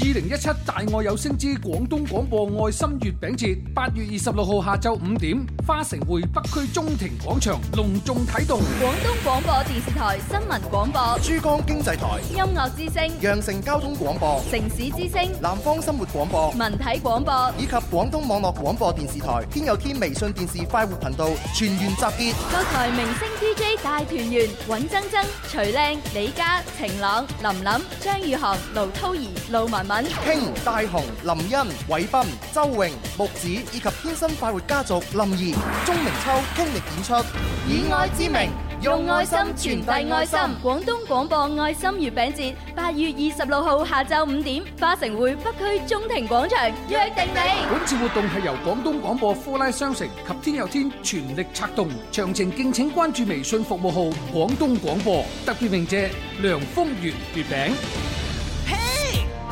二零一七大愛有聲之廣東廣播愛心月餅節，八月二十六號下晝五點，花城匯北區中庭廣場隆重啟動。廣東廣播電視台新聞廣播、珠江經濟台、音樂之聲、羊城交通廣播、城市之聲、南方生活廣播、文體廣播以及廣東網絡廣播電視台天有天微信電視快活頻道全員集結。各台明星 DJ 大團圓，尹錚錚、徐靚、李嘉、晴朗、林琳、張宇航、盧濤儀、路文文、 King、大雄、林欣、韋斌、周穎、木子以及天生快活家族林怡、鐘明秋傾力演出，以愛之名，用愛心傳遞愛心。廣東廣播愛心月餅節，八月二十六號下晝五點，花城匯北區中庭廣場約定你。本次活動係由廣東廣播呼拉商城及天有天全力策動，詳情敬請關注微信服務號廣東廣播。特別鳴謝涼風園月餅。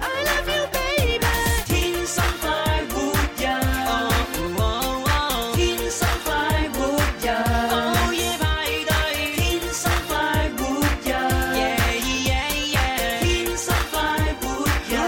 I love you baby，天生快活人，哦哦天生快活人，午夜派對，天生快活人，yeah yeah yeah，天生快活人。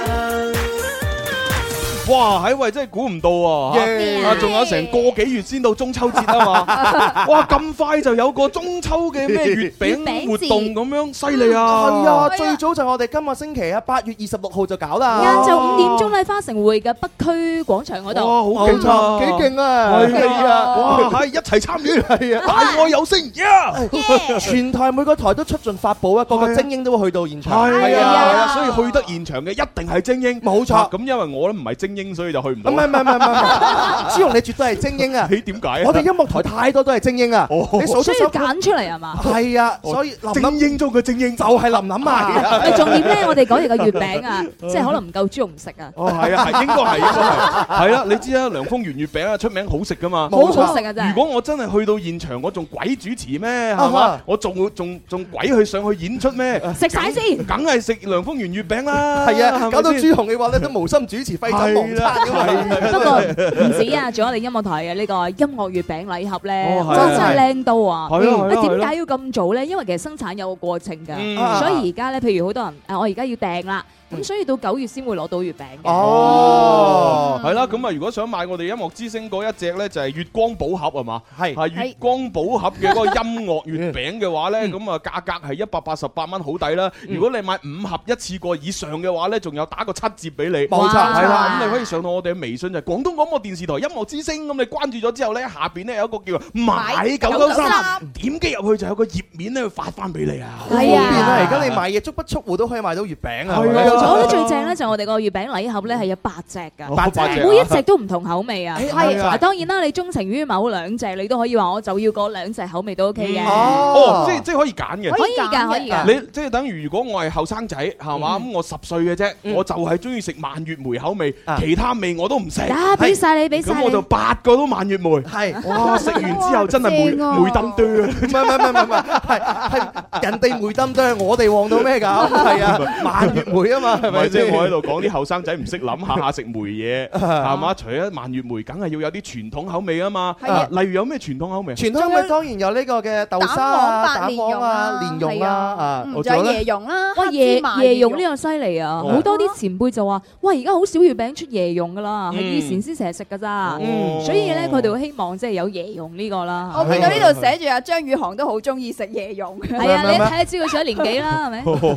哇！喺喂，真係估唔到啊！ Yeah 啊，仲有成個幾月先到中秋節啊 嘛！哇，咁快就有個中秋嘅咩月餅活動咁樣，犀利啊！係啊，最早就我哋今個星期啊，八月二十六號就搞啦。晏晝五點鐘喺花城匯嘅北區廣場嗰度。哇，好勁啊！幾勁啊！係啊！哇，係一齊參與， 係啊！大愛有聲，yeah！全台每個台都出盡法寶啊，個個精英都會去到現場。係係啊啊，所以去得現場嘅一定係精英，冇錯啊咁因為我咧唔係精英，所以就去唔唔到。係唔係唔係唔 係，朱紅你絕對係精英啊！你點解啊？我哋音樂台太多都係精英啊！哦你數出需 手要揀出嚟係嘛？係啊，所以林精林英中嘅精英就係林林啊！咪重點咧，我哋講嘢嘅月 餅啊，Ừ. 即係可能唔夠豬肉唔食啊，哦，係啊，係應該係應該係， 係啦，你知啦，涼風園月餅啊，出名好食噶嘛。好冇錯好食啊真如係。果我真係去到現場，我仲鬼主持咩？啊係嘛哈？我仲仲仲鬼去上去演出咩？ 食晒先，梗係食涼風園月餅啦。係係咪啊，搞到朱先紅嘅話咧都無心主持，廢寢忘餐㗎嘛。不過唔止啊，仲有我哋音樂台嘅呢個音樂月餅禮盒咧哦，係真啊係靚到啊！係咯係咯喂點解要咁早咧？因為其實生產有個過程㗎，嗯啊所以而家咧，譬如好多人啊，我而家要訂啦，咁所以到九月先會攞到月餅嘅。哦，係啦，咁啊，如果想買我哋音樂之星嗰一隻咧，就係月光寶盒係嘛？係係月光寶盒嘅嗰個音樂月餅嘅話咧，咁啊價格係一百八十八蚊好抵啦。如果你買五盒一次過以上嘅話咧，仲有打個七折俾你。冇錯哇係啦，咁你可以上到我哋嘅微信就係廣東廣播電視台音樂之聲，咁你關注咗之後咧，下邊咧有一個叫做買九九三，點擊入去就有個頁面咧發翻俾你啊！好方係便啊！啊而。家你買嘢足不出户都可以買到月餅啊！係啊冇錯，我覺得最正咧就係我哋個月餅禮盒咧係有八隻㗎。八隻每一隻都唔同口味啊，哎係啊嗱當然啦，你鍾情於某兩隻，你都可以話我就要嗰兩隻口味都 OK 嘅，哦哦，，即係即係可以揀嘅。可以㗎，可以㗎。你即係等於如果我係後生仔 Ừ. 係嘛，咁我十歲嘅啫，我就係中意食蔓越莓口味，啊其他味我都唔食。啊，俾晒你，俾晒咁你我。就八個都蔓越莓。係。哇！食完之後真係梅正啊梅登堆啊！唔係唔係唔係唔係，係係人哋梅登都係我哋旺 到咩㗎？係啊，萬月梅啊嘛，係唔係咪即係我喺先？度講啲後生仔唔識諗，下下食梅嘢係嘛？除咗蔓越莓，梗係要有啲傳統口味啊嘛。啊例如有咩傳統口味？傳統咪當然有呢個嘅豆沙啊、蛋蛋黃黃啊、啊蓮蓮蓉蓉啊啊啊，嗯我仲仲有咧椰蓉啦，哇！黑芝夜麻夜用蓉呢個犀利啊，哦好多啲前輩就話：喂，而家好少月餅出夜用噶啦，係嗯以前先成日食噶咋。嗯所以咧，佢哋會希望即係有夜用呢個啦。我見到呢度寫住啊，張宇航都好中意食椰蓉。係 啊，你咩咩一睇就知佢上咗年紀啦， 係咪？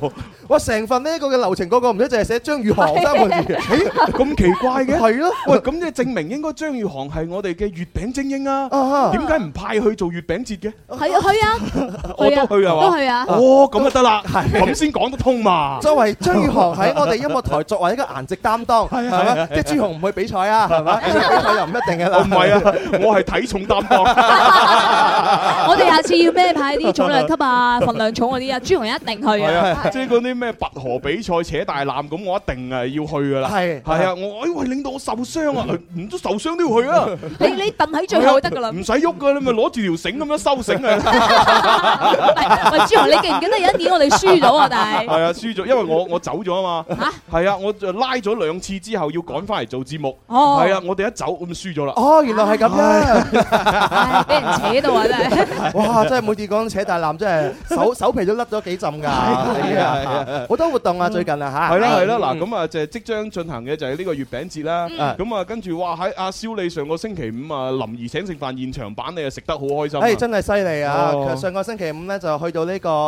哇成份呢個嘅流程嗰個唔使淨係寫張宇航三個 字，咁奇怪嘅？係咯，喂，咁即係證明應該張宇航係我哋嘅月餅精英啊！啊點解唔派去做月餅節嘅？係啊，去啊， 我去啊都去係都嘛？去啊。哦，咁就得啦，咁先講得通嘛。作為張宇航喺我哋音樂台作為一個顏值擔當，係咪？即係朱紅唔去比賽啊，係咪？比賽又唔一定嘅我啦，唔係啊，我係體重擔當。我哋下次要咩派啲助重量級啊、份量重嗰啲啊，朱紅一定去係啊。啊，即係嗰啲咩拔河比賽扯大纜咁，我一定誒要去㗎啦。係係啊，我哎喂，令到我受傷啊，唔都受傷都要去啊。你你揼喺最後就得噶啦。唔使喐㗎，你咪攞住條繩咁樣收繩啊。 喂，朱紅，你記唔記得有一年 我哋輸咗啊？但係係啊，輸咗，因為 我我走咗啊嘛。嚇係啊，我就拉咗兩次之後要趕翻嚟做節目。哦係啊，我哋一走咁輸咗啦。哦，原來係咁樣，唉俾人扯到啊，真係。哇！真係每次講扯大纜，真 係手手皮都甩咗幾浸㗎。係啊，好多活動啊，最近啊嚇。係啦係啦，嗱嗯咁啊，就係即將進行嘅就係呢個月餅節啦。啊咁啊，跟住哇喺阿蕭你上個星期五啊，林兒請食飯現場版，你啊食得好開心啊。誒真係犀利啊！哦佢上個星期五咧就去到呢個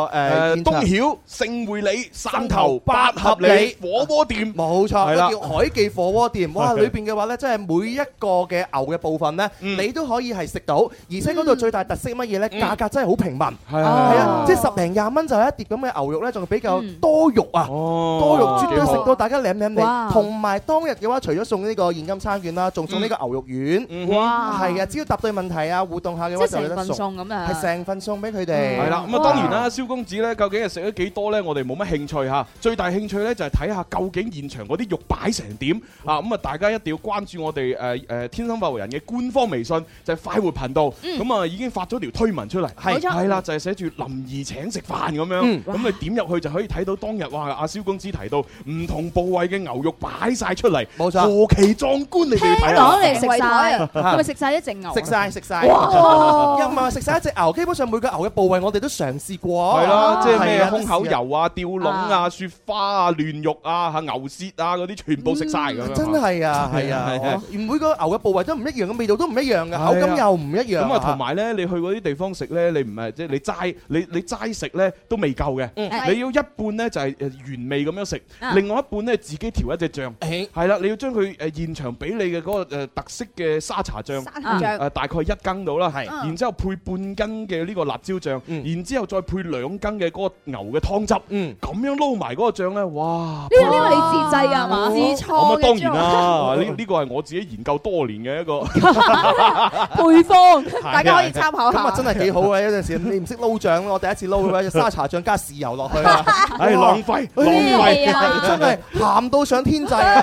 誒誒現場東曉盛匯里汕頭八合里火鍋店，冇錯，係啦佢叫海記火鍋店。哇，裏邊嘅話呢，真係每一個嘅牛嘅部分呢，嗯你都可以係食到，而且嗰度最大特色乜嘢呢？嗯價格真係好平民，係係啊啊，即係十零廿蚊就係一碟咁嘅牛肉呢，仲比較嗯多肉啊。哦多肉絕對幾好食到大家舐舐哇脷，同埋當日嘅話，除咗送呢個現金餐券啦，仲送呢個牛肉丸，嗯哼哇係啊，只要答對問題啊，互動下嘅即話係就有成得份送，餸咁啊。係成份送俾佢哋。係啦，咁啊當然啦，蕭公子咧究竟係食咗幾多咧？我哋冇乜興趣嚇，最大興趣咧就係睇下究竟現場嗰啲肉擺成點啊！咁啊，大家一定要關注我哋誒誒天生快活人嘅官方微信，就係快活頻道。咁啊已經發咗條推文出嚟，嗯係冇錯係啦，就係寫住林兒請食飯咁樣嗯。咁你點入去就可以睇到當日哇！阿蕭公子提到唔同部位嘅牛肉擺晒出嚟，冇錯何其壯觀！你哋要睇下聽講你食圍台晒，啊係咪食晒一隻牛啊？食晒食晒，哇 又唔係食晒一隻牛，基本上每個牛嘅部位我哋都嘗試過。係啦，即係係咩啊胸口真係油啊、吊籠啊、雪花啊、嫩肉啊、嚇牛舌啊嗰啲，全部食晒咁樣。真係啊，係係啊啊，每個牛嘅部位都唔一樣，嘅味道都唔一樣係嘅，啊口感又唔一樣。咁啊，同埋咧，你去嗰啲地方食咧，你唔係即係你齋嗯你你齋食咧都未夠嘅，你要一半咧就係誒原味咁樣食，啊另外一半咧自己調一隻醬，誒係啦，你要將佢誒現場俾你嘅嗰個呃誒特色嘅沙茶醬。生醬誒大概一羹到啦，係然之後配半斤嘅呢個辣椒醬，嗯然之後再配兩羹嘅嗰個牛嘅湯汁，嗯，咁樣撈埋嗰個醬咧，哇！呢個呢個你自製㗎嘛？自咁創啊，嘅當然豬肉啦，呢呢個係我自己研究多年嘅一個， 配方大家可以參考咁啊下。真係幾好啊！有陣時你唔識撈醬，我第一次撈嘅話，就沙茶醬加豉油落去啊， 唉，浪費浪咩費。味啊？真係鹹到上 天際啊！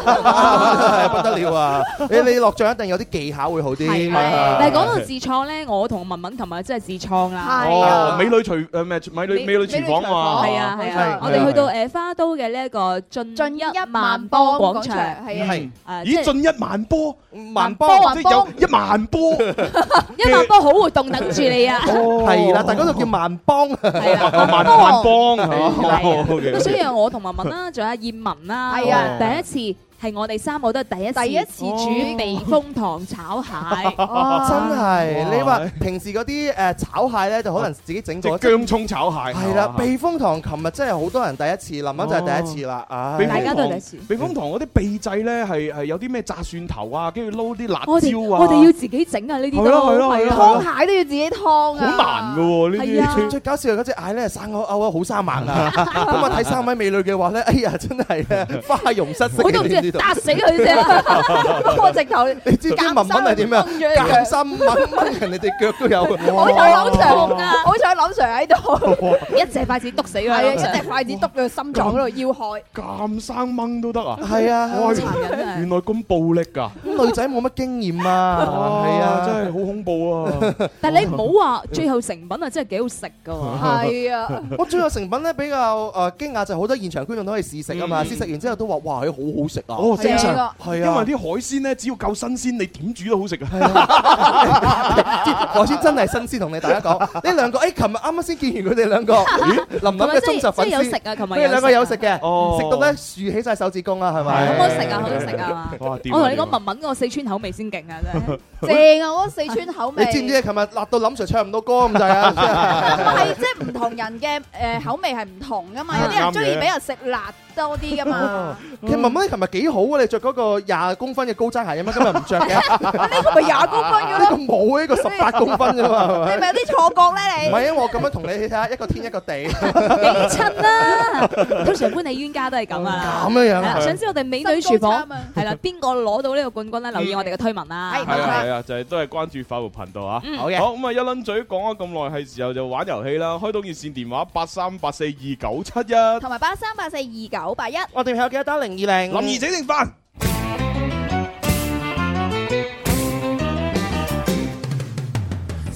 不得了啊！你你落醬一定有啲技巧會好係啲。啊但係講到自創咧，我同文文琴日真係自創啦。係哦啊，，美女廚誒咩？美女美女廚房啊嘛，係啊係係啊，我哋去到誒花都嘅呢一個進進一萬邦邦廣廣場場，係啊，係誒，即咦，係進一萬波，萬邦萬即係邦有一萬波，一萬波好活動等住你 啊！係係啦，但係嗰度叫萬邦， 係啊啦，萬萬邦 哦咁所，OK，以我同文文啦，仲有燕文啦，係啊第一次係我哋三個都係第一第一次煮煮避風塘炒蟹，哇哦真哇係你話平時嗰啲誒炒蟹咧，就可能自己整即過係。薑葱炒蟹，哦係啦，避風塘琴日真係好多人第一次，林文就係第一次啦，避唉，風大家都係第塘一次哦避風塘嗰啲秘製咧係係有啲咩炸蒜頭啊，跟住撈啲辣我哋椒啊，我哋要自己整啊！呢啲係咯係都咯係咯湯蟹都要自己湯啊，好難嘅喎呢係啊啲。最最搞笑係嗰只蟹咧生勾勾啊，好生猛 啊！咁啊睇三位美女嘅話咧，哎呀真係咧花容失色我都唔嘅知呢度。打死佢 啫，我直頭你知唔知文文係點啊？夾心掹掹人哋隻腳都有。好彩林 Sir，痛啊好彩林 Sir 喺 度，一隻筷子篤死佢，係啊，一真係隻筷子篤佢心臟嗰度要害，咁生掹都得啊！係啊，哇殘忍啊原來咁暴力㗎！咁女仔冇乜經驗啊，係啊，真係好恐怖啊！但係你唔好話最後成品啊，真係幾好食噶喎。係啊，我最後成品咧比較誒驚訝就係好多現場觀眾都可以試食啊嘛，嗯試食完之後都話哇，佢好好食啊！哦，正係常，啊，係因為啊，啲海鮮咧，只要夠新鮮，你點煮都好食啊！海鮮真係新鮮，同你大家講呢兩個，誒，琴日啱啱先見完佢哋兩個，林林琴日嘅真忠係實粉真係有食絲。啊！琴日佢哋兩個有食嘅，哦食到咧豎起晒手指公啦，好係咪？唔好食啊？好好食啊！哇我掂啊同你掂啊講，文文嗰個四川口味先勁啊！ 真係。正啊，我四川口味，你知唔知？啊琴日辣到林 Sir 唱唔到歌咁滯啊！唔係，即係唔同人嘅嗯誒口味係唔同噶嘛，有啲人中意比較食辣多啲噶嘛。哦其實文文你琴日幾好好啊！你着嗰個廿公分嘅高踭鞋，有乜今日唔着嘅？咪廿公分嘅呢個咯，冇呢個十八公分啫嘛，你係咪？咪有啲錯覺咧唔你。係啊！我咁樣同你睇下，一個天一個地，幾襯 啦！通常搬你冤家都係咁啊。咁樣係樣啦，想係。知道我哋美女廚身房高差啊係啦，邊個攞到呢個冠軍咧？留意我哋嘅推文 啦。係係啊係啊，就係都係關注快活頻道啊。嗯好嘅，好咁啊！一輪嘴講咗咁耐，係時候就玩遊戲啦。開到熱線電話八三八四二九七一，同埋八三八四二九八一，我哋有幾多單零二零？林怡請食飯。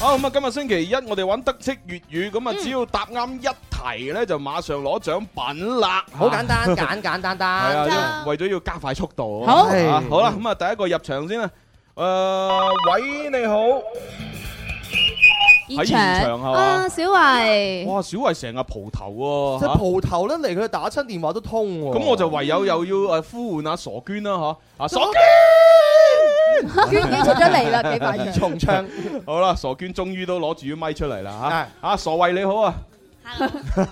好咁啊！今日星期一，我哋玩德式粵語，嗯咁啊，只要答啱一題咧，就馬上攞獎品啦。好簡單，簡簡單係單。啊，為咗要加快速度。好啊好啦，咁啊，第一個入場先啦。誒，喂，你好。現喺現場場係嘛啊，小慧，哇，小慧成日蒲頭喎。嚇蒲頭咧嚟，佢打親電話都通喎咁我就唯有又要誒呼喚阿傻娟啦，嚇啊傻娟。娟已經出咗 嚟啦，幾快脆。重唱。好啦，傻娟終於都攞住啲咪出嚟啦係嚇！啊，傻慧你好啊，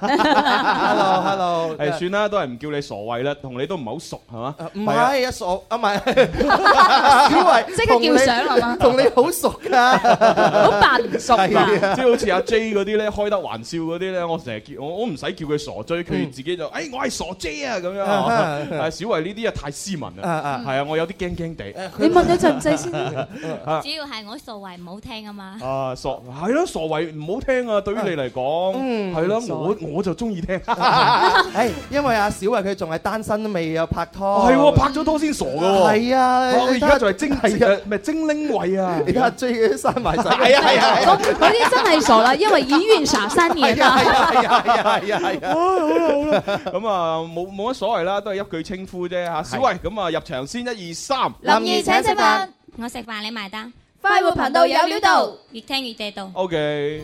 Hello，Hello。誒算啦，都係唔叫你傻慧啦，同你都唔係好熟係嘛？唔係啊，傻啊， 唔係，因為即刻叫上啦嘛，同你好熟噶，好扮唔熟係啊！即係好似阿 J 嗰啲咧，開得玩笑嗰啲咧，我成日叫我我唔使叫佢傻追，佢自己就誒我係傻 J 啊咁樣嗯啊係嘛。啊小慧呢啲啊太斯文啊啦，啊，係啊，我有啲驚驚地你問咗制唔制先？主要係我傻為唔好聽啊嘛。啊傻係咯，傻慧唔好聽啊，對於你嚟講嗯係傻咯，我我就中意 聽，誒，因為阿小慧佢仲係單身，都未有拍拖，哦係喎拍咗拖先傻嘅喎，係啊，我而你睇家就係精係啊誒唔係精靈位啊你。睇下追佢閂埋 晒，係啊係啊係嗰嗰啲真係傻啦，因為演員傻三年係啊啊。係啊係啊係啊係啊，咁啊，冇冇乜所謂啦，都係一句稱呼啫嚇。小慧咁啊，入場先，一二三，林怡請食飯，我食飯你埋單，快活頻道有料到。越聽越地道。 OK。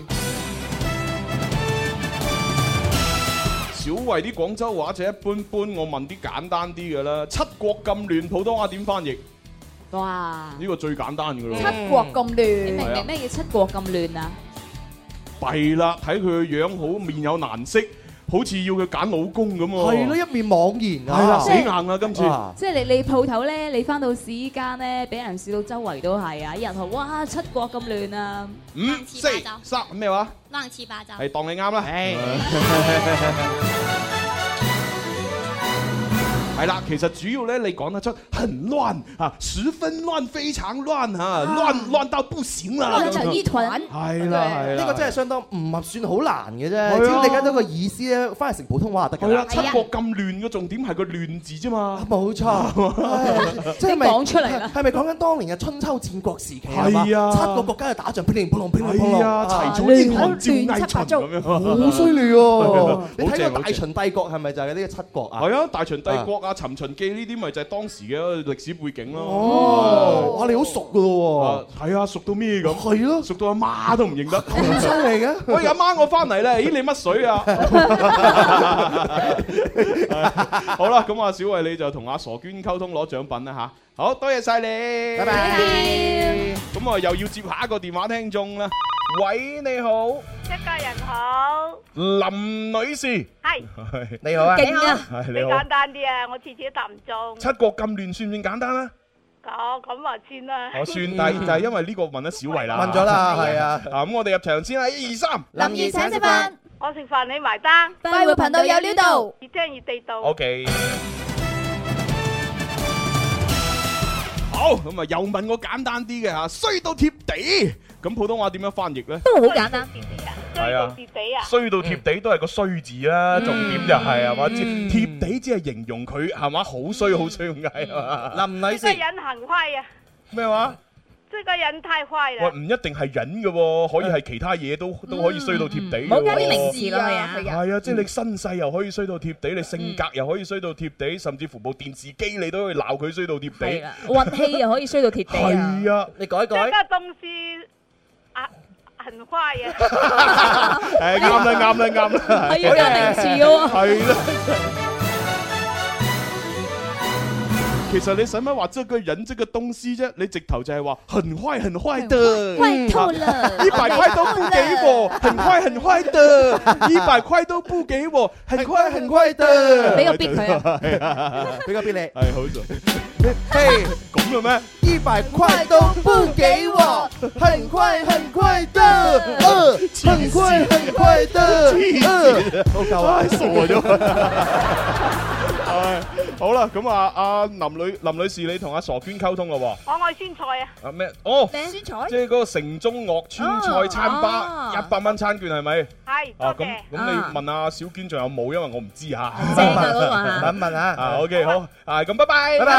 小慧啲廣州話就一般般，我問啲簡單啲嘅啦。七國咁亂，普通話點翻譯？哇！呢個最簡單嘅咯。七國咁你亂，明唔明咩叫七國咁亂啊？弊啦，睇佢個樣好，面有難色，好似要佢揀老公咁喎。係咯，，一面惘然啊，係啦，死硬啦今次。哦啊即係你你鋪頭咧，你翻到市間咧，俾人笑到周圍都係啊！一人話哇，七國咁亂啊！五、四、三咩話？亂七八糟，係當你啱啦。唉 係啦，其實主要咧，你講得出很亂啊，十分亂，非常亂啊，亂亂到不行啦。亂成一團。係啦，係啦，呢個真係相當唔合算好難嘅啫，啊只要理解到個意思啊咧，翻嚟成普通話就得㗎係啦啦。。七國咁亂嘅重點係個亂字啫嘛。冇錯，即係咪你講出嚟啦係咪講緊當年嘅春秋戰國時期係啊嘛七個國家嘅打仗，乒零乓啷，乒零乓啷，係啊，齊啊楚英雄趙魏秦咁樣。好犀利喎！你好睇正好過大正秦帝國係咪就係呢個七國啊？係啊，大秦帝國啊、尋秦記呢啲咪就係當時嘅歷史背景咯。哦，哇！你好熟噶啊咯係啊，熟到咩喎，咁？係咯，熟到阿媽都唔認得。咁犀利嘅。喂，阿媽，我翻嚟啦！咦，你乜水啊？好啦，咁啊， 小慧你就同阿傻娟溝通攞獎品啦吓，好多謝晒你，拜拜。咁啊，又要接下一個電話聽眾啦。喂，你好，一家人好，林女士，係係 你好啊，勁啊！係你你好簡。單啲啊！我次次都答唔中，七國咁亂算唔算簡單啊？咁咁啊算 啦。我哦算，但係就係因為呢個問得小慧啦。嗯問 咗。啦，係啊。啊，咁我哋入場先啦，一二三林怡請食飯，我食飯你埋單，快活頻道有料到。越聽越地道。 ，OK。好，咁啊又問我簡單啲嘅嚇，衰到貼地，咁普通話點樣翻譯呢？都好簡單，衰到跌地啊！衰到貼地都係個衰字啦，嗯重點就係係嘛，只嗯貼地只係形容佢係嘛，好衰好衰咁解啊嘛。林女這士個，人很壞啊！咩話？這個人太壞喂，了。唔一定係忍嘅喎，可以係其他嘢都都可以衰到貼地嘅喎。加啲名字落去啊！係啊，即係你身世又可以衰到貼地，你性格又可以衰到貼地，甚至乎部電視機你都可以鬧佢衰到貼地。啊 啦，運氣又可以衰到貼係啊，你改一改這個東西啊，很坏 呀、诶，啱啦，啱啦，啱啦，係要加定詞嘅喎系啦。其實你使乜話這個人這個東西啫？你直頭就係話很壞很壞的，坏透啊了，一百塊都不給我，很壞很壞的，一百塊都不給我，很壞很壞 的。俾個 beat 佢啊係啊，俾個 beat 你 係好咗，嘿，咁嘅咩？一百块都不给我，很快很快 的，呃，很快很快的，呃，好夠啊唉，！哎傻咗。唉，好啦，咁啊，阿林女林女士，你同阿傻娟溝通咯我愛酸菜啊，喎。啊咩？哦，酸菜即係嗰個城中樂川菜餐吧，哦一百蚊餐券係咪？係啊，多咁謝。咁你問阿小娟仲有冇？因為我唔知嚇。正啊嗰個 啊，問一問啊啊， ，OK，好，啊，咁拜拜，拜。拜。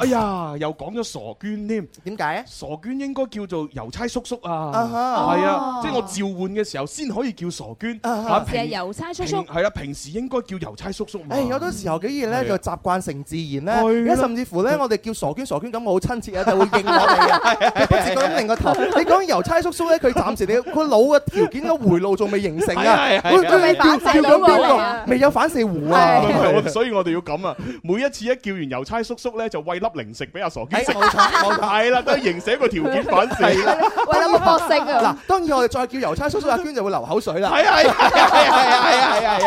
哎呀，又講咗傻娟添。點解啊？傻娟應該叫做郵差叔叔啊，啊哈係啊，即係我召喚嘅時候先可以叫傻娟，啊哈啊成日平郵差叔平叔，係啊，平時應該叫郵差叔叔嘛。誒哎有好多時候幾易咧，係啊就習慣成自然咧。係而啦家甚至乎咧，我哋叫傻娟傻娟咁，我好親切啊，就會應我 哋啊。你不自覺咁擰個啊頭。你講郵差叔叔咧，佢暫時你個腦嘅條件嘅回路仲未形成啊係係。係仲佢未叫反射叫到咁過嚟啊邊個？未有反射弧 啊。係我所以我哋要咁啊！每一次一叫完郵差叔叔咧，就喂粒零食俾阿傻娟食，誒冇錯冇錯。係啦，都係形成一個條件反射。係啊 喂，有冇角色嗱啊？，當然我哋再叫郵差叔叔阿娟就會流口水啦。係啊係啊係啊係啊係啊！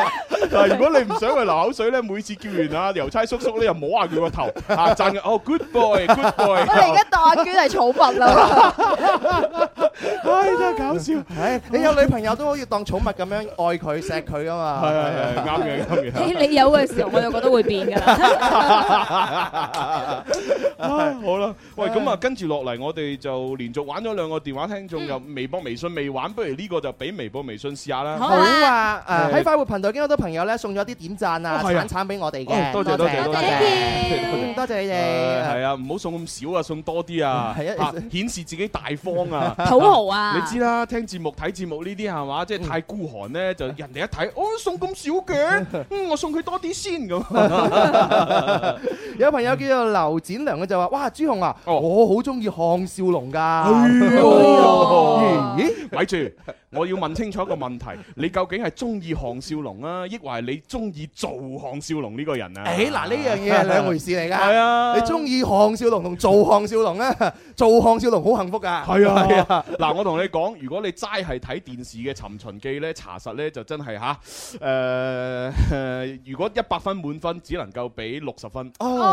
嗱，如果你唔想佢流口水咧，每次叫完啊郵差叔叔咧，又摸下佢個頭啊，讚佢哦，good boy，good 我哋而啊 boy。家當阿娟係寵物啦，唉，真係搞笑。唉，你有女朋友都可以當寵物咁樣愛佢錫佢噶嘛。係係係，啱嘅啱嘅。 你有嘅時候我就覺得會變㗎啦。 啊好啦，喂，咁啊，跟住落嚟，我哋就連續玩咗兩個電話聽眾，又微博、微信未玩，不如呢個就俾微博、微信試下啦。好啊！誒誒喺快活頻道已經有好多朋友咧送咗啲點讚啊、哦係啊產產俾我哋哦嘅，多謝多謝多謝多謝你係哋。啊，唔好送咁少啊，送多啲啊，係啊啊顯示自己大方 啊。土豪啊！ 你知啦，聽節目、睇節目呢啲係嘛，即係太孤寒咧，就人哋一 睇，哦，送咁少嘅，嗯，我送佢多啲先咁。哎有朋友叫做劉展良，佢就話：哇，朱紅啊，哦我好中意項少龍㗎。哦哎哎咦？呦咪住，我要問清楚一個問題，你究竟係中意項少龍啊，抑或係你中意做項少龍呢個人啊？誒嗱，呢樣嘢係兩回事嚟係㗎。啊，你中意項少龍同做項少龍咧，做項少龍好幸福㗎。係啊係啊，嗱，我同你講，如果你齋係睇電視嘅《尋秦記》咧，查實咧就真係吓，誒，如 果一百分滿分，只能夠俾六十分。哦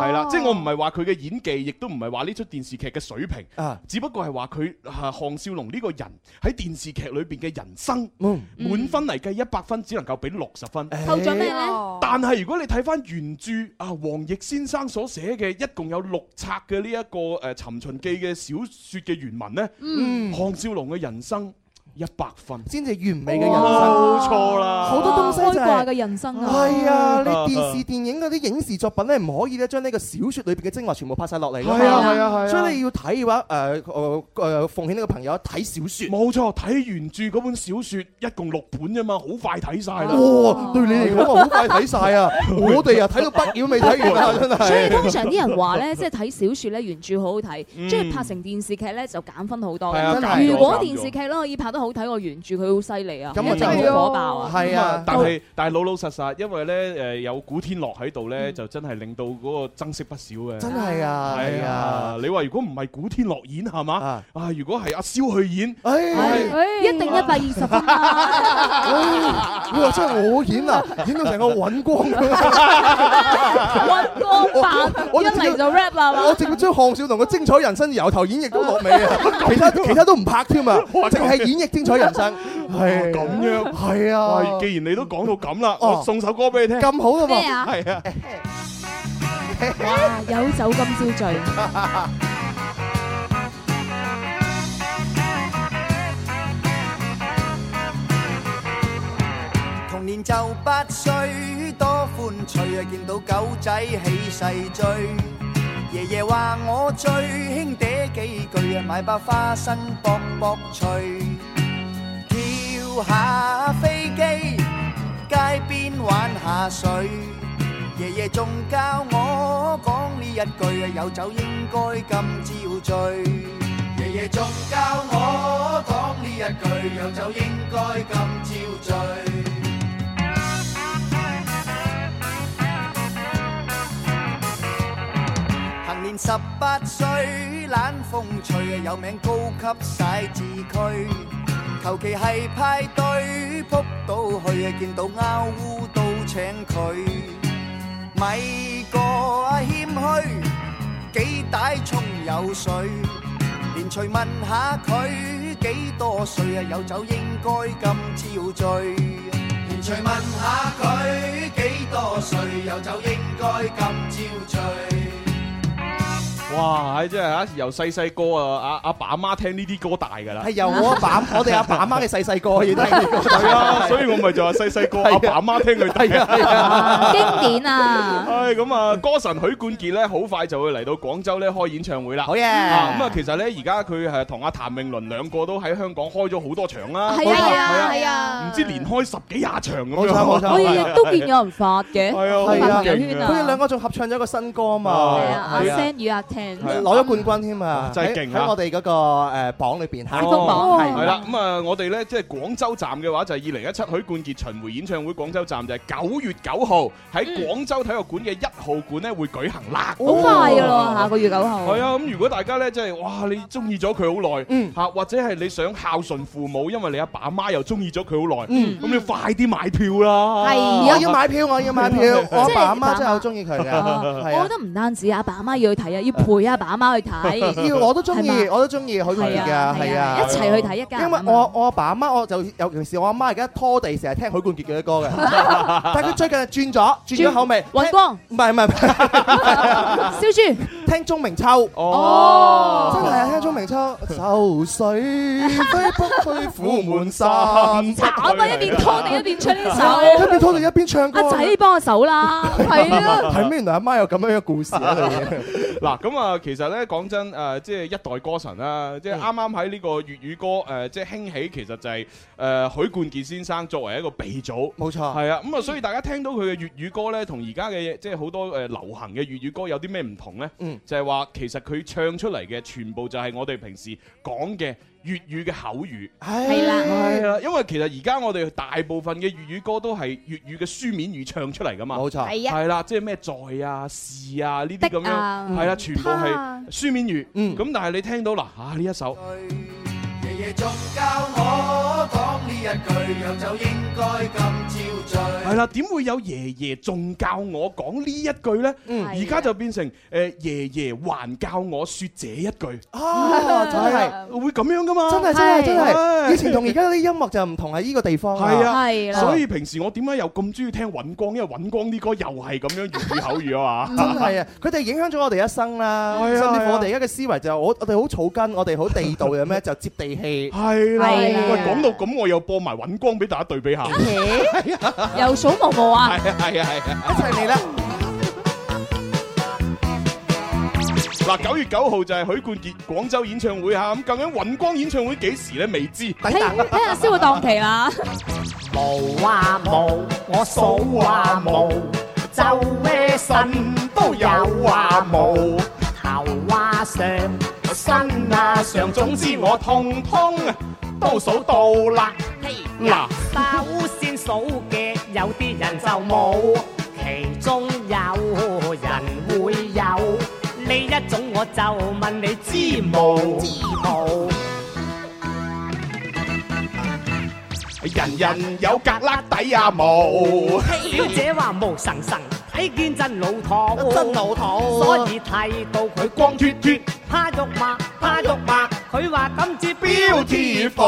係啦，即係我唔係話佢嘅演技，亦都唔係話呢出電視劇嘅水平，啊，只不過係話佢啊項少龍呢個人喺電視劇裏邊嘅人生，嗯，滿分嚟計一百分只能夠俾六十分。扣咗咩咧？哦但係如果你睇翻原著啊，黃易先生所寫嘅一共有六冊嘅呢一個誒《尋秦記》嘅小説嘅原文呢，嗯項少龍嘅人生一百分，先至完美嘅人生。啊冇錯啦，嗯好多東西就係開掛嘅人生啊！係啊，你電視電影嗰啲影視作品咧，唔可以咧將呢個小説裏邊嘅精華全部拍晒落嚟㗎嘛係啊係啊係啊，所以你要睇嘅話，誒誒誒，奉勸呢個朋友睇小説。冇錯，睇原著嗰本小説一共六本啫嘛，好快睇晒啦。哇！對你嚟講，我好快睇 晒啊！我哋啊睇到不妖未睇完啊，真所以係。通常啲人話咧， 即係睇小説咧原著好好睇，即係拍成電視劇咧就減分好多係啊真嗯係嘅。如果電視劇咧可以拍得好睇過原著，佢好犀利啊，咁啊一定真係好火爆啊！係啊，但係但係老老實實，因為呢誒有古天樂喺度呢，就真係令到嗰個增色不少嘅。嗯真係啊，係係啊啊，！你話如果唔係古天樂演係嘛？啊，啊，如果係阿蕭去演。哎，一定一百二十分啊！你話真係 我演啊，演到成個揾光咁。揾光扮我我一嚟就 rap 啦係我嘛，直接將項少龍嘅精彩人生由頭演繹到落 尾啊！其他其他都唔拍添啊，淨係演繹精彩人 生，係咁樣係啊，哇！既然你都講到咁啦，哦我送首歌俾你聽。咁好啊咩嘛，啊？係啊，哇！有酒今朝 醉。童年就八歲，多歡趣啊！見到狗仔起勢追，爺爺話我最兄弟幾句啊，買包花生博博脆，跳下飛機，街邊玩下水，爺爺仲教我講呢一句啊，有酒應該今朝醉。爺爺爺仲教我講呢一句，又就應該今朝醉。行年十八歲，懶風趣，有名高級徙置區。求其係派對，撲到去，見到拗烏都請佢。咪個啊謙虛，幾大沖有水。連隨問下佢幾多歲啊？有酒應該今朝醉。連隨問下佢幾多歲？有酒應該今朝醉。哇！唉真係啊，由細細個啊，阿阿爸阿媽聽呢啲歌大㗎啦。係由我 阿爸我哋阿爸阿媽嘅細細個已經聽呢個係啊，所以我咪就話細細個阿爸阿媽聽佢係啊係啊經典啊唉，咁啊，歌神許冠傑咧，好快就會嚟到廣州咧開演唱會啦。好嘢咁啊，其實咧，而家佢係同阿譚詠麟兩個都喺香港開咗好多場啦。係啊係 à, 啊係啊，唔知連開十幾廿場咁樣。我日日哎都見有人發嘅，係啊發朋友圈佢哋啊，兩個仲合唱咗個新歌啊嘛，係阿 Sam 與阿 Ken 攞咗冠軍添啊！真係勁啊喺我哋嗰個誒榜裏邊嚇，係係啦，咁啊，我哋咧即係廣州站嘅話，就係二零一七許冠傑巡迴演唱會廣州站，就係九月九號喺廣州體育館嘅一號館咧會舉行啦。嗯好哦快噶咯，下個月九號。嗯係啊，咁如果大家咧即係哇，你中意咗佢好耐，嚇或者係你想孝順父母，因為你阿爸阿媽又中意咗佢好耐，嗯咁你快啲買票啦！我要買票，我 要買票，我阿爸阿媽真係好中意佢 嘅，係我啊覺。得唔單止阿爸阿媽要去睇啊，要陪阿爸阿媽去 睇。要我都中係意，嘛我都中意許冠傑㗎，係啊係係啊啊，一齊去睇一家人因為我我阿爸阿媽，我就尤其是我阿媽而家拖地，成日聽許冠傑嘅歌 嘅，但係佢最近轉咗，轉咗口味。尹光唔係唔係， 燒豬聽鐘明秋。哦真係啊聽鐘 明秋，愁水飛不去苦滿山。慘啊！一邊拖地一邊唱呢一首，邊拖地一邊唱歌。阿仔幫我手 啦，係啊，係咩？原來阿媽有咁樣嘅 故事啊喺度嘅。嗱，咁啊，其實咧講真，誒，即係一代歌神啦，即係嗯啱啱喺呢個粵語歌誒，即係興起，其實就係誒許冠傑先生作為一個鼻祖，冇錯。係啊，咁啊，所以大家聽到佢嘅粵語歌咧，同而家嘅即係好多誒流行嘅粵語歌有啲咩唔同咧？嗯就係話其實佢唱出嚟嘅全部就係我哋平時講嘅粵語嘅口語。係啦係啊，因為其實而家我哋大部分嘅粵語歌都係粵語嘅書面語唱出嚟噶嘛。冇錯。係啊係啦，即係咩在啊、是啊呢啲咁樣，的啊係啦，全部係書面語。嗯咁但係你聽到嗱啊呢一首，爺爺仲教我講呢一句，又就應該今朝醉。係啦，點會有爺爺仲教我講呢一句呢？嗯啊而家就變成呃誒爺爺還教我説這一句， 啊，真係。會咁樣噶嘛？真係真係真係係，以前同而家啲音樂就唔同喺呢個地方係啊係啦所以平時我點解又咁中意聽尹光？因為尹光啲歌又係咁樣粵語口語啊嘛。 真係啊！佢哋影響咗我哋一生啦，係啊甚至係啊乎我哋而家嘅思維就係我我哋好草根，我哋好地道嘅咩，就接地氣。係啦，係啦喂，講到咁，我又播埋尹光俾大家對 比下。係又數毛毛啊！啊，係啊，係啊。一齊嚟啦！嗱，九月九號就係許冠傑廣州演唱會嚇，咁究竟尹光演唱會幾時咧？未知。抵睇打睇下燒個檔期啦，冇啊冇，我數啊冇，就咩神都有啊冇，頭啊上，身啊上，總之我通通都數到啦。嗱，首先數嘅有啲人就冇，其中有人會有呢一種，我就問你知冇？知冇？人人有格拉底啊冇，小姐話無神神，睇見真老土，真老土所以睇到佢光脱脱，怕肉麻，怕肉麻。佢話今次標天貼賦。哦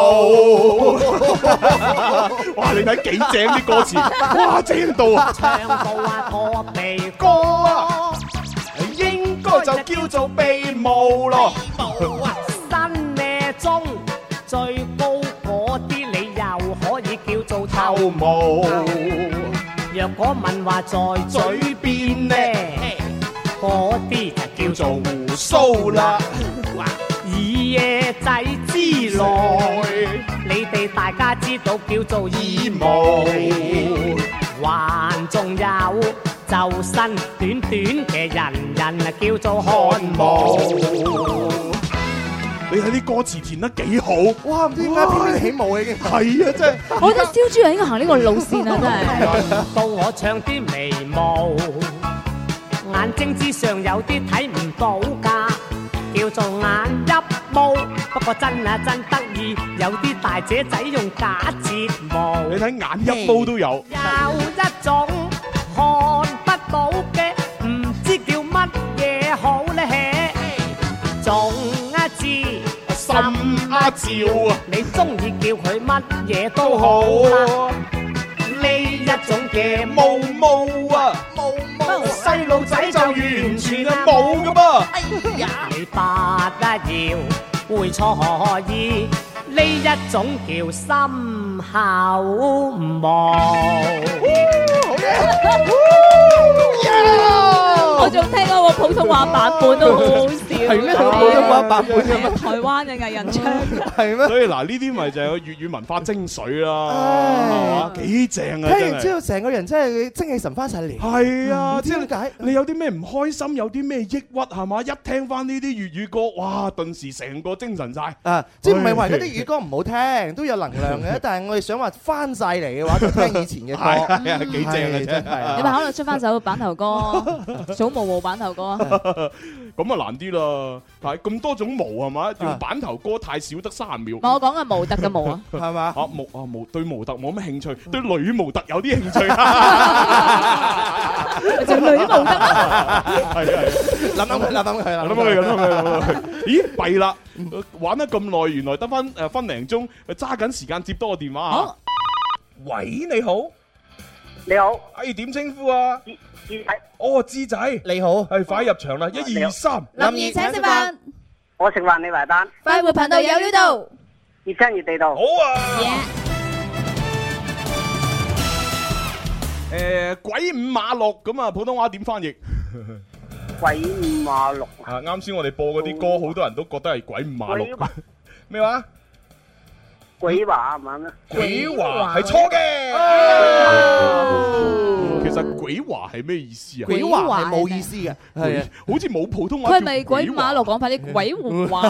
哇！你睇幾正啲歌詞， 哇正到啊！唱到啊破鼻哥啊，應該就叫做秘務咯。冇啊新咩中最高嗰啲你又可以叫做後頭。冇若果問話在嘴嘴邊呢呢，，嗰啲就叫叫做做胡鬚啦。 二爺仔之內。你哋大家知道叫做衣義帽務，還仲有就身短短嘅人人啊叫做漢漢帽武。你睇啲歌詞填得幾好，哇！唔知點解翩翩起舞已經係啊，真係。我覺得燒豬人應該行呢個路線啊，真係。到我唱啲眉毛，眼睛之上有啲睇唔到㗎，叫做眼一毛。不過真啊真得意，有啲大姐仔用假睫毛。你睇眼一毛都有。有一種看不到嘅，唔知叫乜嘢好咧。仲一知。心啊照啊，你中意叫佢乜嘢都好啦。呢一種嘅毛毛啊，毛毛細路仔就完全啊冇噶噃。哎呀，你不得要會錯意，呢一種叫心口毛。我仲聽過個普通話版本都好好笑。係咩佢普通話版本嘅咩台灣嘅藝人唱。係咩？所以啊哎嗱，呢啲咪就係個粵語文化精髓啦，係嘛？幾正啊！聽真完之係。後，成個人真係精氣神翻晒嚟。係唔啊，知即點係你你有啲咩唔開心，有啲咩抑鬱係嘛？一聽翻呢啲粵語歌，哇！頓時成個精神晒。啊，即係唔係話嗰啲粵語歌唔好聽，都有能量嘅。 但係我哋想話翻晒嚟嘅話，就聽以前嘅 係歌。係啊，幾正啊係真真係。係你咪考慮出翻首版頭歌，祖毛毛版 頭歌。嗯咁啊難啲啦，係咁多種毛係啊嘛？用板頭歌太少得三十秒。我講嘅模特嘅模啊。 係嘛？嗯啊模啊模對模特冇乜興趣，對女模特有啲 興趣。 就女模特啊，係啊。諗諗佢，諗諗佢，諗諗諗佢，諗諗佢，咦，弊啦！玩得咁耐，原來得翻誒分零鐘，呃揸緊時間接多個電話啊！喂，你好，你好，哎，點稱呼啊？志仔，啊哦，志仔，你好，係快入場啦！一二三，林怡請食飯，我食飯你埋單，快活頻道有料到。越聽越地道好。啊！誒，呃鬼五馬六咁啊，普通話點翻譯？鬼五馬六，啊，啱先我哋播嗰啲歌，好多人都覺得係鬼五馬六鬼馬。咩話？鬼話係咪咩？鬼話係錯嘅。哦其實鬼話係咩意思啊？鬼話係冇意思嘅，係啊。好似冇普 通話。佢係咪鬼馬路講快啲鬼胡話？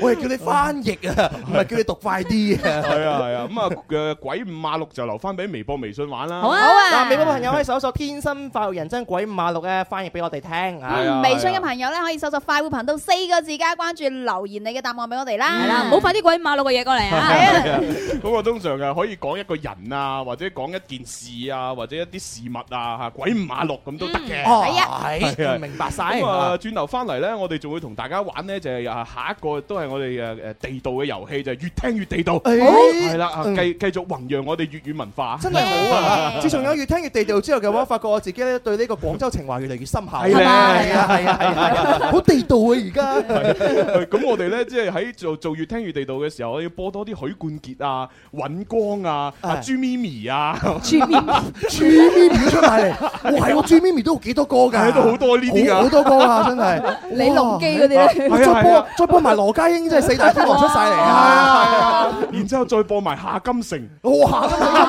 我係叫你翻譯啊，唔係叫你讀快啲啊。係啊係啊，咁啊嘅鬼五馬六就留翻俾微博、微信玩啦。好好啊！啊，美國朋友可以搜索《天生發育人真鬼五馬六》咧，翻譯俾我哋聽啊！係啊微信嘅朋友咧，可以搜索快活頻道四個字加關注，留言你嘅答案俾我哋啦。係啦，唔好快啲鬼馬路嘅嘢過嚟啊！係啊咁我通常啊可以講一個人啊，或者講一件事啊，或者一啲事物啊，嚇鬼五馬六咁都得嘅。哦，係係啊係明白晒咁啊，轉頭翻嚟咧，我哋仲會同大家玩呢，就係啊下一個都係我哋誒誒地道嘅遊戲，就係越聽越地道。誒係啦，啊嗯繼繼續弘揚我哋粵語文化。真係好 啊！自從有越聽越地道之後嘅話，發覺我自己咧對呢個廣州情懷越嚟越深厚。係咧係啊係啊係啊係 啊，好地道啊！而家係啊咁我哋咧，即係喺做做越聽越地道嘅時候，我要播多啲許冠傑啊、尹光啊、啊係朱咪咪啊， 朱咪咪出埋嚟，哇！係喎，朱咪咪都幾多歌㗎，係都好多呢啲㗎好好多歌啊！ 真係李龍基嗰啲啊咧，係啊再係播啊再播埋羅家英，真係四大天王出晒嚟係啊！啊係啊，然之後再播埋夏金城。哇！係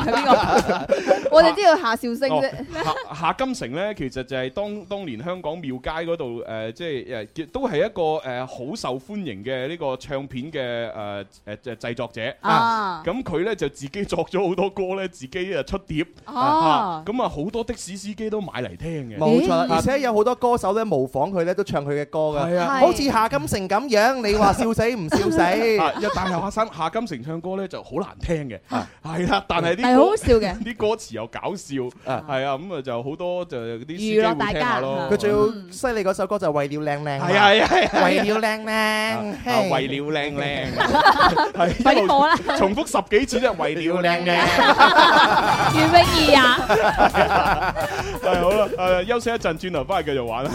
邊個？我哋都要下笑聲哦啫。夏夏金城咧，其實就係當當年香港廟街嗰度誒，即係誒，都係一個誒好受歡迎嘅呢個唱片嘅誒誒誒製作者。啊，咁佢咧就自己作咗好多歌咧，自己誒出碟。啊哦，咁啊好多的士司機都買嚟聽嘅。冇錯啦，而且有好多歌手咧模仿佢咧都唱佢嘅歌㗎，啊好似夏金城咁樣，你話笑死唔笑 死？啊！一但係夏 生夏金城唱歌咧就好難聽嘅， 係啦，但係但係啲好歌好笑嘅。 啲歌詞又搞笑，啊係啊，咁啊就好多就啲司機娛樂會大聽家下咯。佢最好犀利嗰首歌就係為了靚係靚，啊係啊係啊 為了靚靚，啊，嘿為了靚靚，係快啲播啦！重複十幾次啫，為了靚靚，袁詠儀啊，係好啦，誒休息一陣，轉頭翻去繼續玩啦。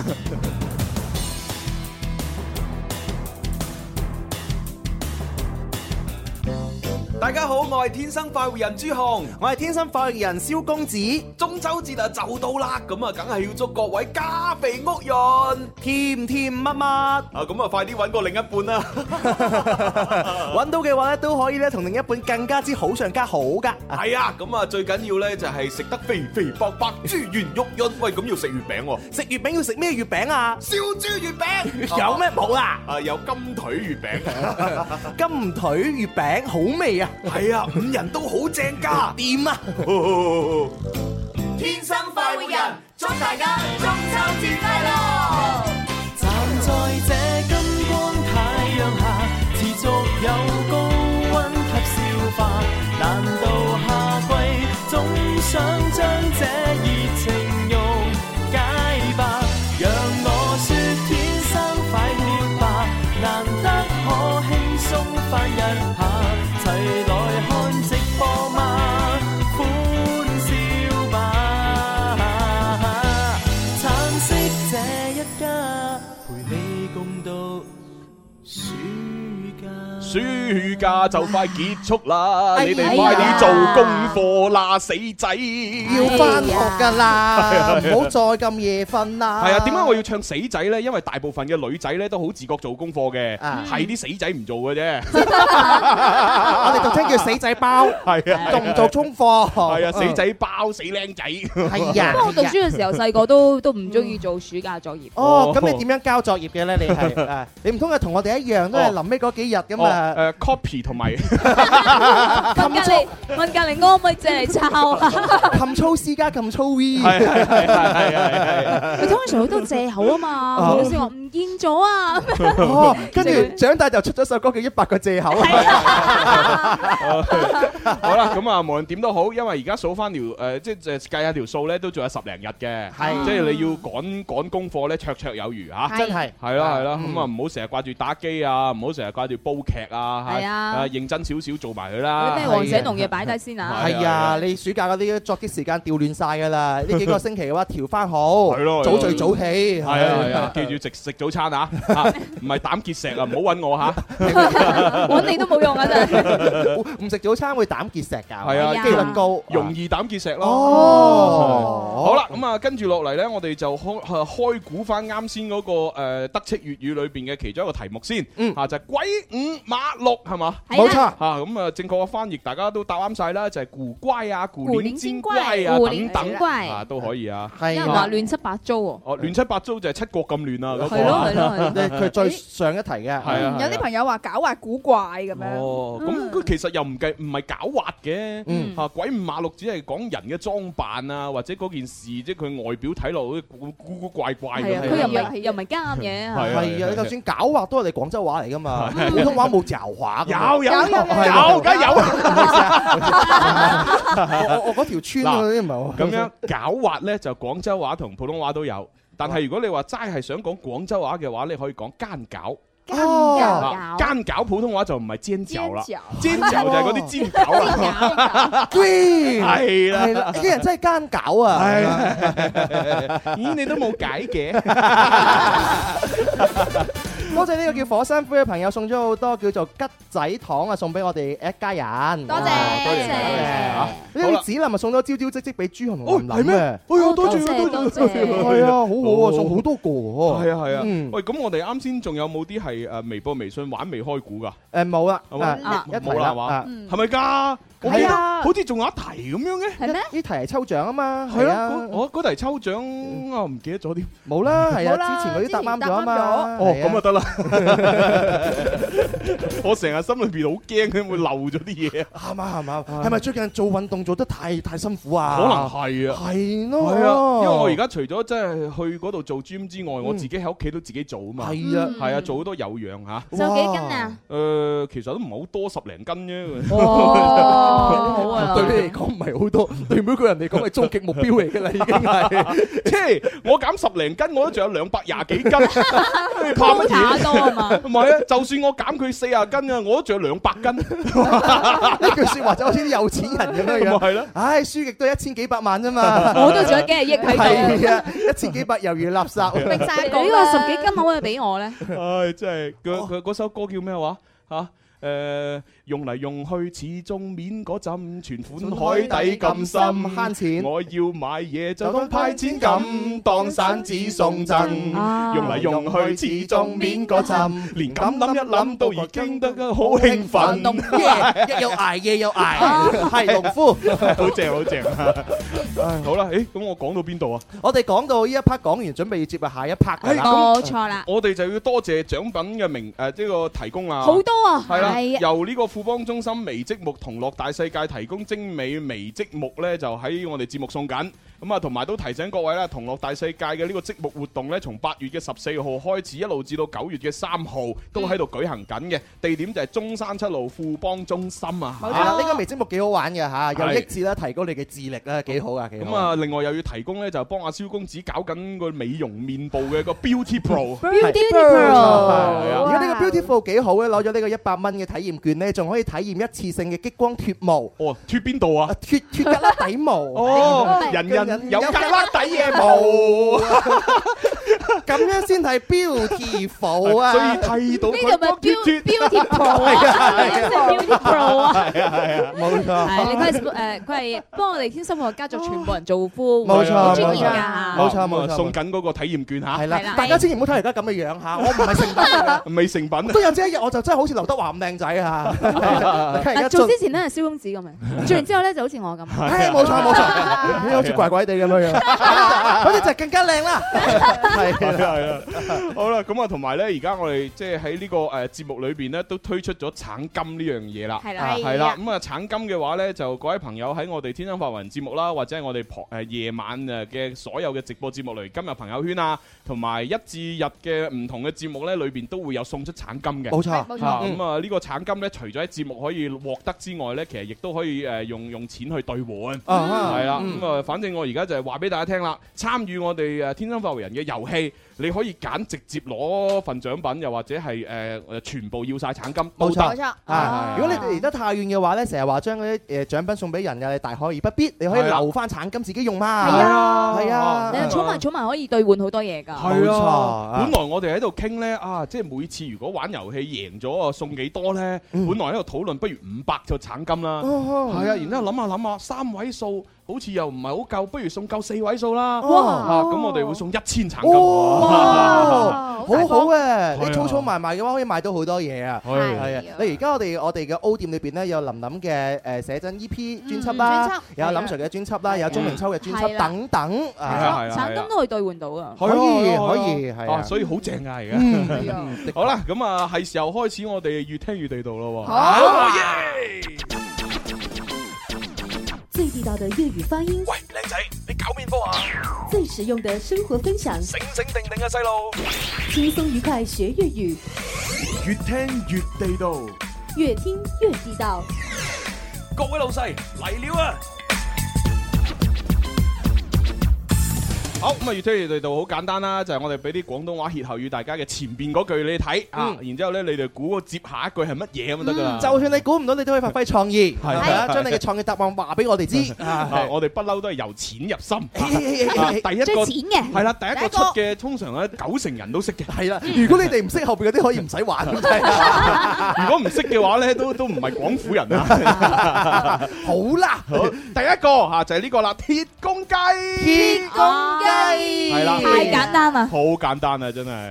大家好，我係天生快活人朱紅，我係天生快活人蕭公子。中秋節啊就到啦，咁啊梗係要祝各位家肥屋潤，甜甜蜜蜜。啊咁啊快啲揾個另一半 啦！揾到嘅話咧，都可以咧同另一半更加之好上加好噶。係 à, 啊，咁啊最緊要咧就係食得肥肥白白，豬圓肉潤。喂，咁要食月餅喎，食月餅要食咩月餅啊？燒豬月餅 Ờ. 有咩冇啊？啊有金腿月餅，金腿月餅好味啊！係啊，五人都好正 㗎， 掂啊！天生快活人，祝大家中秋節快樂！站在這金光太陽下，持續有高温及消化。難道夏季總想將這熱情溶解吧？讓我説天生快活吧，難得可輕鬆翻一下，齊來看直播嗎？歡笑吧，橙色這一家，陪你共度暑假。暑假就快結束啦，哎呀你哋快啲做功課啦，死仔！要翻學㗎啦，哎呀唔好再咁夜瞓啦。係啊，點解我要唱死仔呢？因為大部分嘅女仔呢都好自覺做功課嘅，啊係啲死仔唔做嘅啫。我哋俗稱叫死仔包， 係啊做唔做中課？係啊，死仔包死僆仔。係 不過我讀書嘅時候細個都都唔中意做暑假作業。哦，咁你點樣交作業嘅咧？你係啊你唔通係同我哋一樣都係哦臨尾嗰幾日咁啊？哦，誒 copy 同埋 問隔離問隔離安咪借嚟抄啊！咁粗私家 咁粗 V，係係係係係佢通常好多藉口啊嘛，哦好似話唔見咗啊， 哦，跟住長大就出咗首歌叫《一百個借口》 好啦，咁啊，無論點都好，因為而家數翻條誒，即係呃計下條數咧，都仲有十零日嘅，係即係你要趕趕功課咧，綽綽有餘嚇，係真係係啦係啦，嗯咁啊唔好成日掛住打機啊，唔好成日掛住煲劇啊，係啊認真少少做埋佢啦，啲咩王者農藥擺低先啊！係啊，你暑假嗰啲作息時間調亂晒㗎啦，呢幾個星期嘅話調翻好係咯，早睡早起。係啊係啊，記住食食早餐啊，啊唔係膽結石啊，唔好揾我 嚇。揾你都冇用啊真係。 唔食早餐會膽結石㗎，係啊，機率高。容易膽結石咯。哦好啦，咁啊，跟住落嚟呢，我哋就開 呃開估翻啱先嗰個誒德式粵語裏邊嘅其中一個題目先，嗯啊就係鬼五馬六係嘛？係啦冇錯啊咁啊，正確嘅翻譯大家都答啱晒啦，就係古怪啊、古古靈靈精精怪啊怪古等靈等精怪啊都可以啊。有人話亂七八糟喎。哦，亂七八糟就係七國咁亂啊！嗰個係咯係咯嗯係 咯佢最上一題嘅，係啊， 有啲朋友話狡猾古怪咁樣，哦，咁嗯佢其實又唔計唔係狡猾嘅，嚇鬼五馬六只係講人嘅裝扮啊，或者嗰件事，即係佢外表睇落好似古古古怪怪咁係啊，樣。佢又唔係又唔係啱嘢係啊啊。係啊，你就算狡猾都係我哋廣州話嚟㗎嘛，係普通話冇狡猾㗎嘛。有有有係有，梗係有啦。 我我嗰條村嗰啲唔係我咁樣狡猾咧就廣州話同普通話都有，但係如果你話齋係想講廣州話嘅話，你可以講奸狡。啊奸狡普通話就唔係尖嚼啦尖嚼，尖嚼就係嗰啲尖狡啦。對係啦係啦，呢啲人真係奸狡啊！ 咦，你都冇解嘅。多謝呢個叫火山灰嘅朋友送咗好多叫做桔仔糖啊，送俾我哋一家人。多謝啊多謝好呢啦個子林咪啊送咗招招積積俾朱紅同林林嘅，哎呀，多謝多謝多謝多謝係啊，好好啊，哦送好多個喎。係啊係啊嗯，喂，咁我哋啱先仲有冇啲係誒微博、微信玩未開估噶？誒冇啦，好冇啊一題冇啦啦，嘛啊，係咪㗎？我記係得啊好似仲有一題咁樣嘅。係咩？呢題係抽獎啊嘛，係係啊，啊嗰，我嗰題抽獎啊，唔記得咗添。冇啦，係冇啦啊，之前嗰啲答啱咗啊嘛，哦，係啊咁啊得啦。 我成日心裏邊好驚佢會漏咗啲嘢，啱啊啱啊，係咪最近做運動做得太太辛苦可啊？能係啊。係係咯，啊，因為我而家除咗即係去嗰度做 gym 之外，我自己喺屋企都自己做啊嘛。係啊，係啊，做好多有氧嚇。瘦幾斤啊？誒，其實都唔係好多，十零斤啫。 哦，好啊！對你嚟講唔係好多，對每個人嚟講係終極目標嚟㗎啦，已經係。 即係我減十零斤，我都仲有兩百廿幾斤，怕乜打嘢？多啊嘛，唔係啊，就算我減佢四廿斤啊，我都仲有兩百 斤， 呢句説話就好似啲有錢人咁樣咪樣。係咯。唉，輸極都一千幾百萬啫嘛。我都仲有幾日益喺度。係啊，一千幾百猶如垃圾。明晒你呢個十幾斤可唔可以俾我咧？哦唉，真係佢佢嗰首歌叫咩話嚇？誒用嚟用去，始終面嗰陣存款款海海底底咁咁深深，慳錢我要買嘢就當派錢咁，當散紙送贈，啊用嚟用去，始終面嗰 陣，連咁諗一諗都已經得好興奮，又捱夜又捱係農夫， 好正好正。唉，好啦，誒咁我講到邊度啊？我哋講到呢一 part 講完，準備要接入下一 part 㗎啦。冇錯啦。我哋就要多謝獎品嘅名誒呢個提供啦，好多啊係啦，係啊由呢個富邦中心微積木同樂大世界提供精美微積木呢，就喺我哋節目送緊。咁啊，同埋都提醒各位啦，同樂大世界嘅呢個積木活動呢，從八月嘅十四號開始，一路至到九月嘅三號嗯都喺度舉行緊嘅，地點就係中山七路富邦中心啊。係啦，呢個微積木幾好玩嘅嚇，有係益智啦，提高你嘅智力啦，幾好啊，幾咁好。啊，另外又要提供呢，就幫阿蕭公子搞緊個美容面部嘅個 Beauty Pro。係啊而啊家呢個 Beautiful 幾好嘅，啊攞咗呢個一百蚊嘅體驗券咧，仲可以體驗一次性嘅激光脱毛。哦，脱邊度啊？脱脱格拉底毛。哎哦人人有格拉底嘅毛 咁樣先係 Beautiful 啊！所以剃到佢光脱脱。 Beautiful 係啊啊係啊，Beautiful 啊。係啊係啊，冇錯。係，你佢係誒，佢係幫我哋天生富豪家族全部人做夫，冇錯好專冇業錯㗎嚇。冇錯咁啊冇錯送緊嗰個體驗券嚇。係啦大家千祈唔好睇而家咁嘅樣嚇，我唔係成品，啊 未成品。啊都有朝一日我就真係好似劉德華咁靚 仔嚇。 睇而家嗱，做啊做之前咧係蕭公子咁 樣，做完之後咧就好似我咁。係哎 冇錯冇錯，你好似怪怪地咁樣 樣，嗰啲就更加靚啦。係啦係啦，好啦，咁啊，同埋咧，而家我哋即係喺呢個誒節目裏邊咧，都推出咗橙金呢樣嘢啦，係啦啊係係啦啊，咁啊橙金嘅話咧，就各位朋友喺我哋天生發雲節目啦，或者係我哋傍誒夜晚誒嘅所有嘅直播節目，例如今日朋友圈啊，同埋一至日嘅唔同嘅節目咧，裏邊都會有送出橙金嘅，冇錯啊冇錯咁啊呢個橙金咧，除咗喺節目可以獲得之外咧，其實亦都可以誒用用錢去兌換，啊哈係啦，嗯咁咁啊，反正我而家就係話俾大家聽啦，參與我哋誒天生發為人嘅遊戲，你可以揀直接攞份獎品，又或者係誒誒全部要晒橙金，冇都得錯，啊！係如果你離得太遠嘅話咧，成日話將嗰啲誒獎品送俾人嘅，你大可而不必，你可以係啊留翻橙金自己用嘛。係啊係啊你，儲 埋儲埋可以兌換好多嘢㗎。係啊，本冇錯來我哋喺度傾呢，啊，即係每次如果玩遊戲贏咗啊，送幾多呢？本來喺度討論，不如五百就橙金啦。嗯哦係啊，然之後諗下諗下，三位數好似又唔係好夠，不如送夠四位數啦。哇啊咁我哋會送一千橙金。 哦，好好嘅，你係啊儲儲埋埋嘅話，可以買到好多嘢啊！係係啊，你而家我哋我哋嘅 O 店裏邊咧有林林嘅誒寫真 EP 專輯專輯啦，有係啊林 Sir 嘅專輯啦，有鍾明秋嘅專係輯啦等等係啊係啊橙金都可以兌換到啊。係啊係啊可以係啊可以係啊啊所以好正啊而家嗯係啊。 好啦，咁啊係時候開始我哋越聽越地道咯喎。好耶最地道的粤语发音，喂，靚仔，你搞面科啊？最实用的生活分享，醒醒定定啊，細路！轻松愉快学粤语，越聽越地道。越听越地道。各位老細嚟了啊！好咁啊，越聽越地道，好簡單啦，就係、我哋俾啲廣東話歇後語大家嘅前邊嗰句你睇啊，然之後咧你哋估個接下一句係乜嘢咁就得噶啦。嗯啊就算你估唔到，你都可以發揮創意，係係咪啊？係將你嘅創意答案話俾我哋知。 啊！我哋不嬲都係由淺入深，啊哎第一個最淺嘅係啦，第一第一個個出嘅通常咧九成人都識嘅，嗯係啦。如果你哋唔識後邊嗰啲，可以唔 使玩。真係如果唔識嘅話咧，都都唔係廣府人啊。 好啦，好，第一個嚇就係呢個啦，鐵公雞，鐵公雞係啦，太簡單啦。好簡單啊，真係。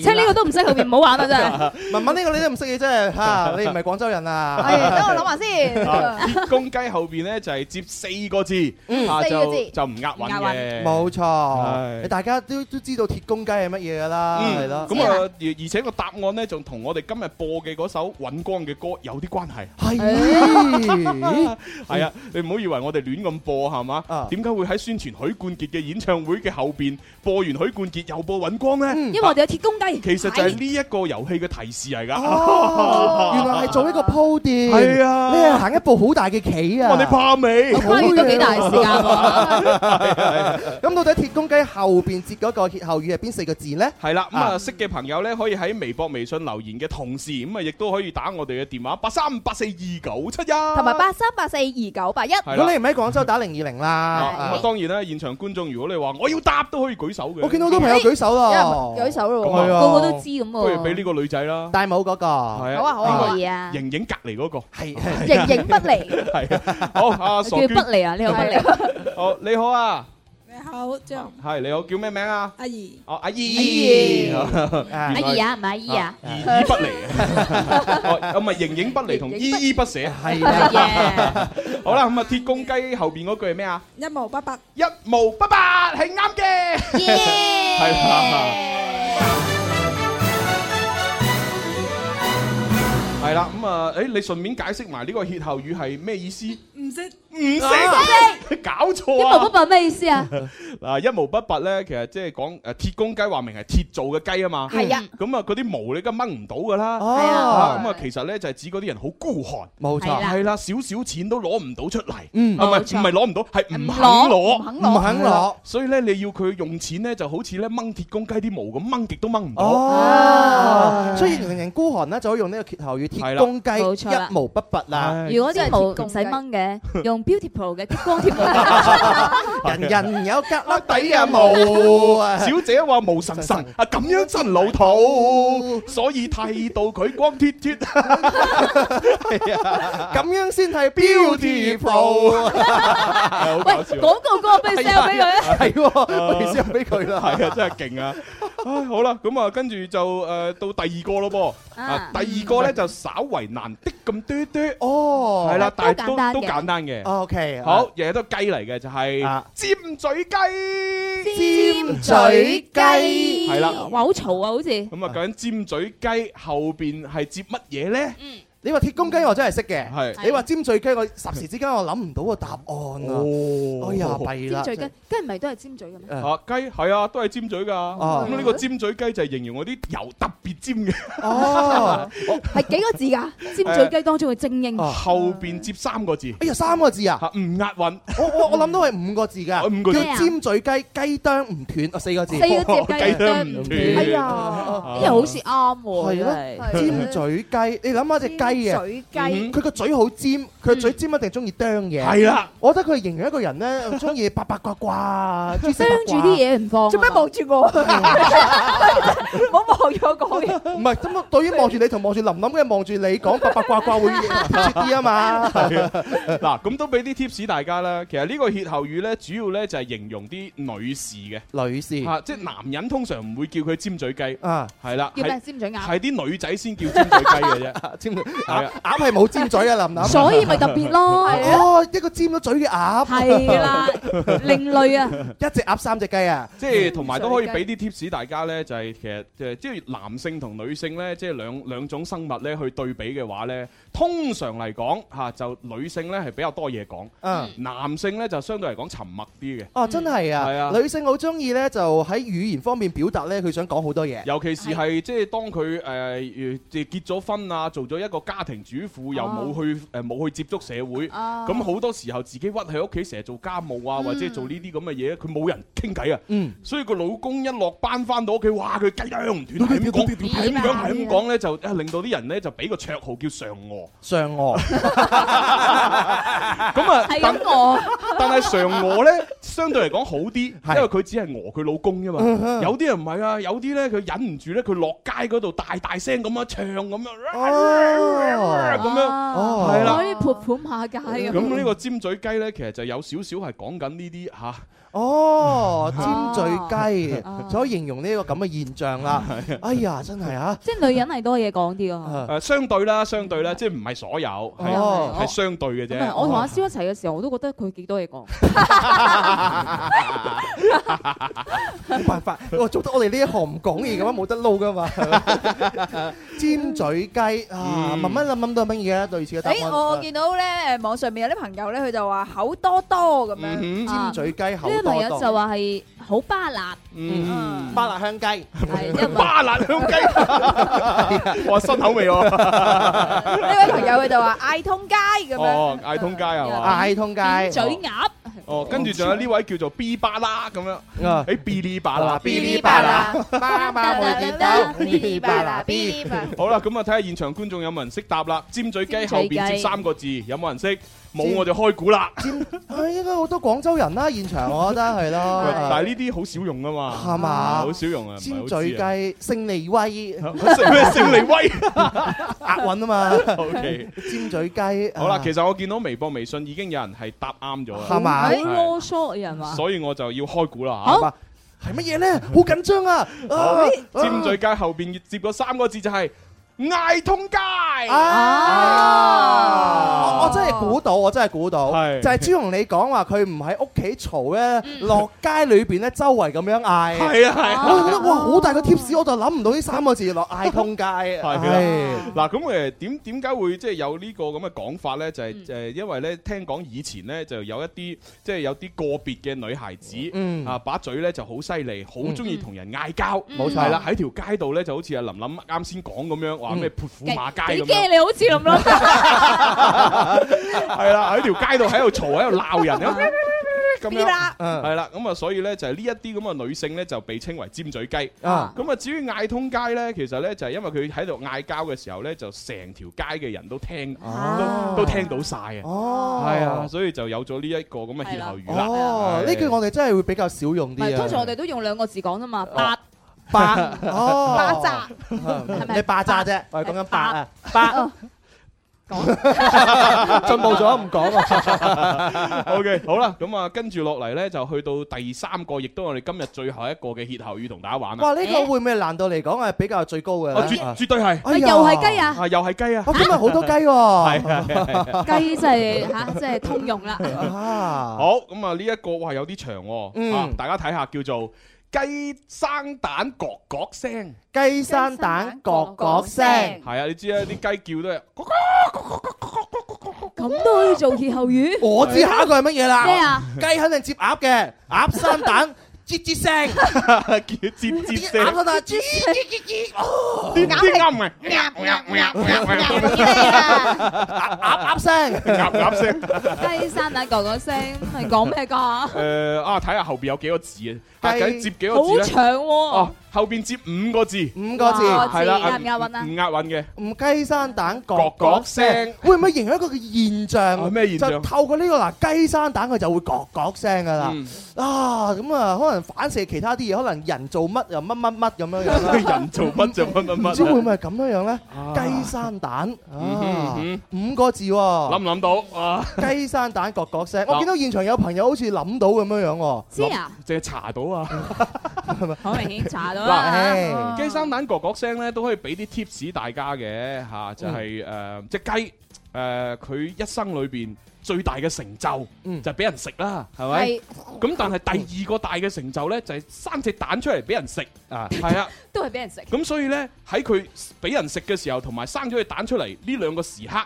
即係呢個都唔識，後面唔好啊玩啦真係。 文文呢個你都唔識嘅真係 嚇，你唔係廣州人啊！係等我諗下先啊鐵公雞後邊咧就係接四個字，嗯啊四個就字就唔押韻嘅，冇錯，係你大家都都知道鐵公雞係乜嘢㗎啦，係咯。咁啊， 而而且個答案咧，仲同我哋今日播嘅嗰首尹光嘅歌有啲關係。係 係啊，你唔好以為我哋亂咁播係嘛？啊點解會喺宣傳許冠傑嘅演唱會嘅後邊播完許冠傑又播尹光呢？嗯因為我哋有鐵公雞。其實就係呢一個遊戲嘅提示嚟哦㗎。原來係 做一個鋪墊，係啊你係行一步好大嘅棋啊！哇你怕未？好嘢都幾大時間喎。 啊咁到底鐵公雞後邊接嗰個歇後語係邊四個字呢？係啦，咁啊啊識嘅朋友呢，可以喺微博、微信留言嘅同時，咁啊亦都可以打我哋嘅電話八三八四二九七一，同埋八三八四二九八一，係啦如果你唔喺廣州打零二零啊啦。咁啊當然啦，現場觀眾如果你話我要答都可以舉手嘅。我見到好多朋友舉手有人咯，舉手咯喎，嘛，係啊個個都知咁喎不如俾呢個女仔啦，戴帽嗰個，係好啊好啊呢個可以啊盈盈隔離嗰個，係形影不離，係啊好 啊，傻叫佢娟，不離啊，呢個不離。好你好啊，好，張係你好，叫咩名啊？阿怡，哦，阿姨 姨，阿阿姨啊，唔係阿姨啊，依依不離， 哦，唔係形影不離同依依不捨，係 啦。好啦，咁啊，鐵公雞後邊嗰句係咩啊？一毛不拔，一毛不拔係啱嘅，係啦。係啦，咁啊，誒，你順便解釋埋呢個歇後語係咩意思？唔識唔識搞錯啊一毛不啊！拔咩意思啊？ 嗱，一毛不拔咧，其實即係講誒鐵公雞話明係鐵做嘅雞啊嘛。係啊咁啊，嗰啲毛你梗係掹唔到㗎啦。係啊啊咁啊，其實咧就係指嗰啲人好孤寒。冇錯係啦係啦，少少錢都攞唔到出嚟。嗯啊唔係冇錯唔係攞唔到，係唔肯攞攞，唔肯攞唔肯攞。所以咧，你要佢用錢咧，就好似咧掹鐵公雞啲毛咁，掹極都掹唔到。哦，所以令人孤寒咧，就可以用呢個歇後係語鐵啦冇公錯雞啦一毛不拔啦。如果啲毛唔使掹嘅，用 Beauty Pro 嘅激光貼毛，人人有格粒底啊 毛啊！小姐話毛神神啊，咁樣真老土，所以剃到佢光脱脱。 咁樣先係 beauty pro。好喂搞，笑。廣告歌不如 sell 俾佢啊！係喎，我哋 sell 俾佢啦。係啊，真係勁啊！唉，好啦，咁啊，跟住就誒到第二個咯噃。啊，第二個咧就稍為難的咁多多。哦，係啦，但係單都都嘅簡單嘅。 OK，啊好，亦都係雞嚟嘅，就係尖嘴雞。尖嘴雞係啦哇，好嘈啊，好似咁啊，究竟尖嘴雞後邊係接乜嘢咧？你話鐵公雞我真係識嘅，係你話尖嘴雞我霎時之間我諗唔到個答案啊！哎呀，弊啦尖！嘴雞，雞唔係都係尖嘴嘅咩？啊，雞係啊，都係尖嘴㗎。咁呢個尖嘴雞就係形容嗰啲油特別尖嘅。 哦，係幾個字㗎？尖嘴雞當中嘅精英。後邊接三個字。哎呀，三個字啊！唔押韻。我我我諗到係五個字㗎， 五個字叫尖嘴雞，雞啄唔斷，哦四個字，四個字雞雞啄唔斷哎呀，啊呢樣好似啱喎。係咯，尖嘴雞，你諗下只雞啊，尖嘴雞嗯佢個嘴好尖，佢嘴尖一定中意啄嘢。係啦，我覺得佢係形容一個 人咧，中意八八卦 卦，啄啄住啲嘢唔放。做咩望住 我？唔好望住我講嘢。唔係，咁對於望住你同望住林林嘅望住你講八八卦卦會貼切啲啊嘛。係啊嗱，咁都俾啲 tips 大家啦。其實呢個歇後語咧，主要咧就係形容啲女士嘅。女士啊，即係男人通常唔會叫佢尖嘴雞。啊，係啦，叫咩係尖嘴鴨係啲女仔先叫尖嘴雞嘅啫。尖係啊，鴨係冇尖嘴啊，林林。所以咪特別 咯係啊哦，一個尖咗嘴嘅鴨。係 啦，另類啊。一隻鴨三隻雞啊。即係同埋都可以俾啲 tips 大家咧，就係其實誒，即係男性同女性咧，即係兩兩種生物咧去對比嘅話咧，通常嚟講嚇就女性咧係比較多嘢講，嗯男性咧就相對嚟講沉默啲嘅。哦，真係係啊！啊女性好中意咧，就喺語言方面表達咧，佢想講 好多嘢。尤其是係即係當佢誒呃即係結咗婚啊，做咗一個家庭主婦，又冇去誒冇去接觸社會，哦咁好多時候自己屈喺屋企，成日做家務啊，嗯或者做呢啲咁嘅嘢，佢冇人傾偈啊。嗯，所以個老公一落班翻到屋企，哇！佢雞啄唔 斷，係咁講，係咁講，係咁講咧，就啊令到啲人咧就俾個綽號叫嫦娥。嫦娥咁啊，係但咁我。但係嫦娥咧，相對嚟講好啲，因係為佢只係餓佢老公啫嘛嗯哼。有啲人唔係啊，有啲咧佢忍唔住咧，佢落街嗰度大大聲咁樣啊唱咁樣，哦咁樣哦係啦啊可。以潑婦罵街咁。咁呢個尖嘴雞咧，其實就有少少係講緊呢啲啊嚇。哦，尖 嘴雞，所以形容呢個咁嘅 現象啦。哎呀，真係啊！即係女人係多嘢講啲啊。誒相對啦，相對啦，即係唔係所有，係哦係相對嘅唔係啫。哦我同阿蕭一齊嘅時候，我都覺得佢幾多嘢講。冇辦法，我做得我哋呢一行唔講嘢嘅話，冇得撈 噶嘛。 尖嘴雞啊，慢慢諗諗到乜嘢啊？類似嘅答案。誒，我我見到咧，誒網上面有啲朋友咧，佢就話口多多咁啊樣。嗯尖嘴雞口呢位朋友多就多。話係好 巴辣，嗯，巴辣香雞，巴辣香雞，嗯哇新口味喎！呢位朋友佢 à? 就話嗌通街咁樣。哦，嗌通街係嘛？嗌通街，嘴鴨。哦，跟住仲有呢位叫做 B 巴啦咁樣，誒 B 哩巴啦嗶哩巴啦，巴巴冇見到，嗶哩巴啦，好啦，咁啊睇下現場觀眾有冇人識答啦。尖嘴雞後邊接三個字，有冇人識？冇我就開估啦。啊應該好多廣州人啦，現場我覺得係咯。喂但係呢啲好少用噶嘛，係嘛好少用啊，唔係尖好嘴知雞啊。、勝利威、咩勝利威、押韻啊嘛。 OK 尖嘴雞。好啦，啊其實我見到微博、微信已經有人係答啱咗啦，係嘛好係啰嗦嘅啊人話。所以我就要開估啦好嚇。係乜嘢咧？好緊張啊！啊好尖嘴街後邊接嗰三個字就係嗌通街。啊！哦我我真係估到，我真係估到，就係朱紅你講話佢唔喺屋企嘈咧，落街裏邊咧周圍咁樣嗌，嗯係啊係啊我覺得哇好大個 tips，我就諗唔到呢三個字落嗌通街，啊係啊係嗱，咁誒點點解會即係有呢個咁嘅講法咧？就係誒，因為咧聽講以前咧就有一啲即係有啲個別嘅女孩子嗯啊，把嘴咧就好犀利，好嗯中意同人嗌交，冇錯係啦，喺條街度咧就好似阿琳琳啱先講咁樣，話咩潑婦罵街幾咁驚啊樣，你好似 咁咯，係啦，喺條街度喺度嘈，喺度鬧人咁樣。 嗯係啦，咁啊，所以咧就係呢一啲咁嘅女性咧就被稱為尖嘴雞。啊咁啊，至於嗌通街咧，其實咧就係因為佢喺度嗌交嘅時候咧，就成條街嘅人都聽，都都聽到晒啊。哦係啊，所以就有咗呢一個咁嘅歇後語啦。哦，係呢句我 哋真係會比較少用唔係啲通常我啊。哋都用兩個字講啫嘛，八八 哦，八咋，係咪 你霸炸啫，我哋講緊八啊，八八。 進步咗唔講 啊。OK，好啦，咁啊，跟住落嚟咧就去到第三個，亦都係我哋今日最後一個嘅歇後語同大家玩啦。哇！呢個會唔會難度嚟講係比較最高嘅啊，絕咧？啊絕對係。哎呀又係雞啊！啊，又係雞啊！哇！今日好多雞喎。 係啊係啊係啊雞真係 嚇，真係通 用啦。啊！好，咁啊呢一個哇有啲長嗯喎，啊大家睇下叫做雞生蛋角角聲，雞生蛋角角聲，係啊，你知啊啲雞叫都係咁都可以做歇後語？我知下一個係乜嘢啦？咩啊？雞肯定接鴨嘅，鴨生蛋， 吱吱聲，叫接接啲聲，鴨生蛋，吱啲啲啱嘅，鴨鴨聲。啊鴨鴨聲。 雞生蛋哥哥聲係講咩㗎？誒啊！睇下後邊有幾個字啊，雞係緊接幾個字好咧？長喎哦，，後邊接五個字，五個字哇係啦，字押唔押韻啊唔押韻嘅。唔雞生蛋角 角角角聲聲，會唔會形容一個現啊象？咩現象就透過呢個嗱雞生蛋，佢就會角角聲噶啦。嗯啊，咁啊，可能反射其他啲嘢，可能人做乜又乜乜乜咁樣樣啦。 人做乜就乜乜唔知會唔乜會係咁樣樣咧？啊雞生蛋啊嗯哼，五個字啊，喎諗。唔諗到啊？雞生蛋角角哦聲，我見到現場有朋友好似諗到咁樣樣喎。知啊，淨係查到啊！好明顯查到嗱啦。啊雞生蛋角角聲咧，都可以俾啲 tips 大家嘅嚇、嗯就係誒只雞誒佢一生裏邊最大嘅成就，嗯就係俾人食啦，係咪？咁但係第二個大嘅成就咧，就係、生隻蛋出嚟俾人食 啊，係啊，都係俾人食。咁所以咧喺佢俾人食嘅時候，同埋生咗隻蛋出嚟呢兩個時刻。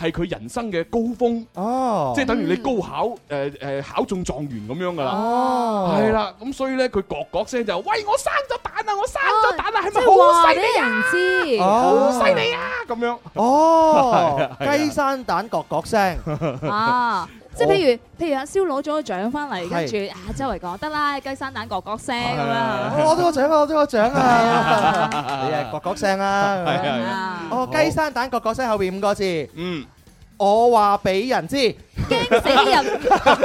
係佢人生嘅高峰，哦，即係等於你高考誒誒、呃考中狀元咁樣㗎啦，哦，係啦、咁所以咧佢角角聲就喂我生咗蛋啊，我生咗蛋啊，係即咪係好話犀俾利啊？人知，哦好犀利啊！咁樣係哦啊，係啊雞生蛋角角聲， 啊！即係譬如譬如阿蕭攞咗個獎翻嚟，跟係住啊周圍講得啦，雞生蛋角角聲啊咁啊樣。我攞到個獎啊，我攞到個獎啊，你係角角聲係啊。係，哦，雞生蛋角角聲後邊五個字，嗯，我話俾人知，驚死人，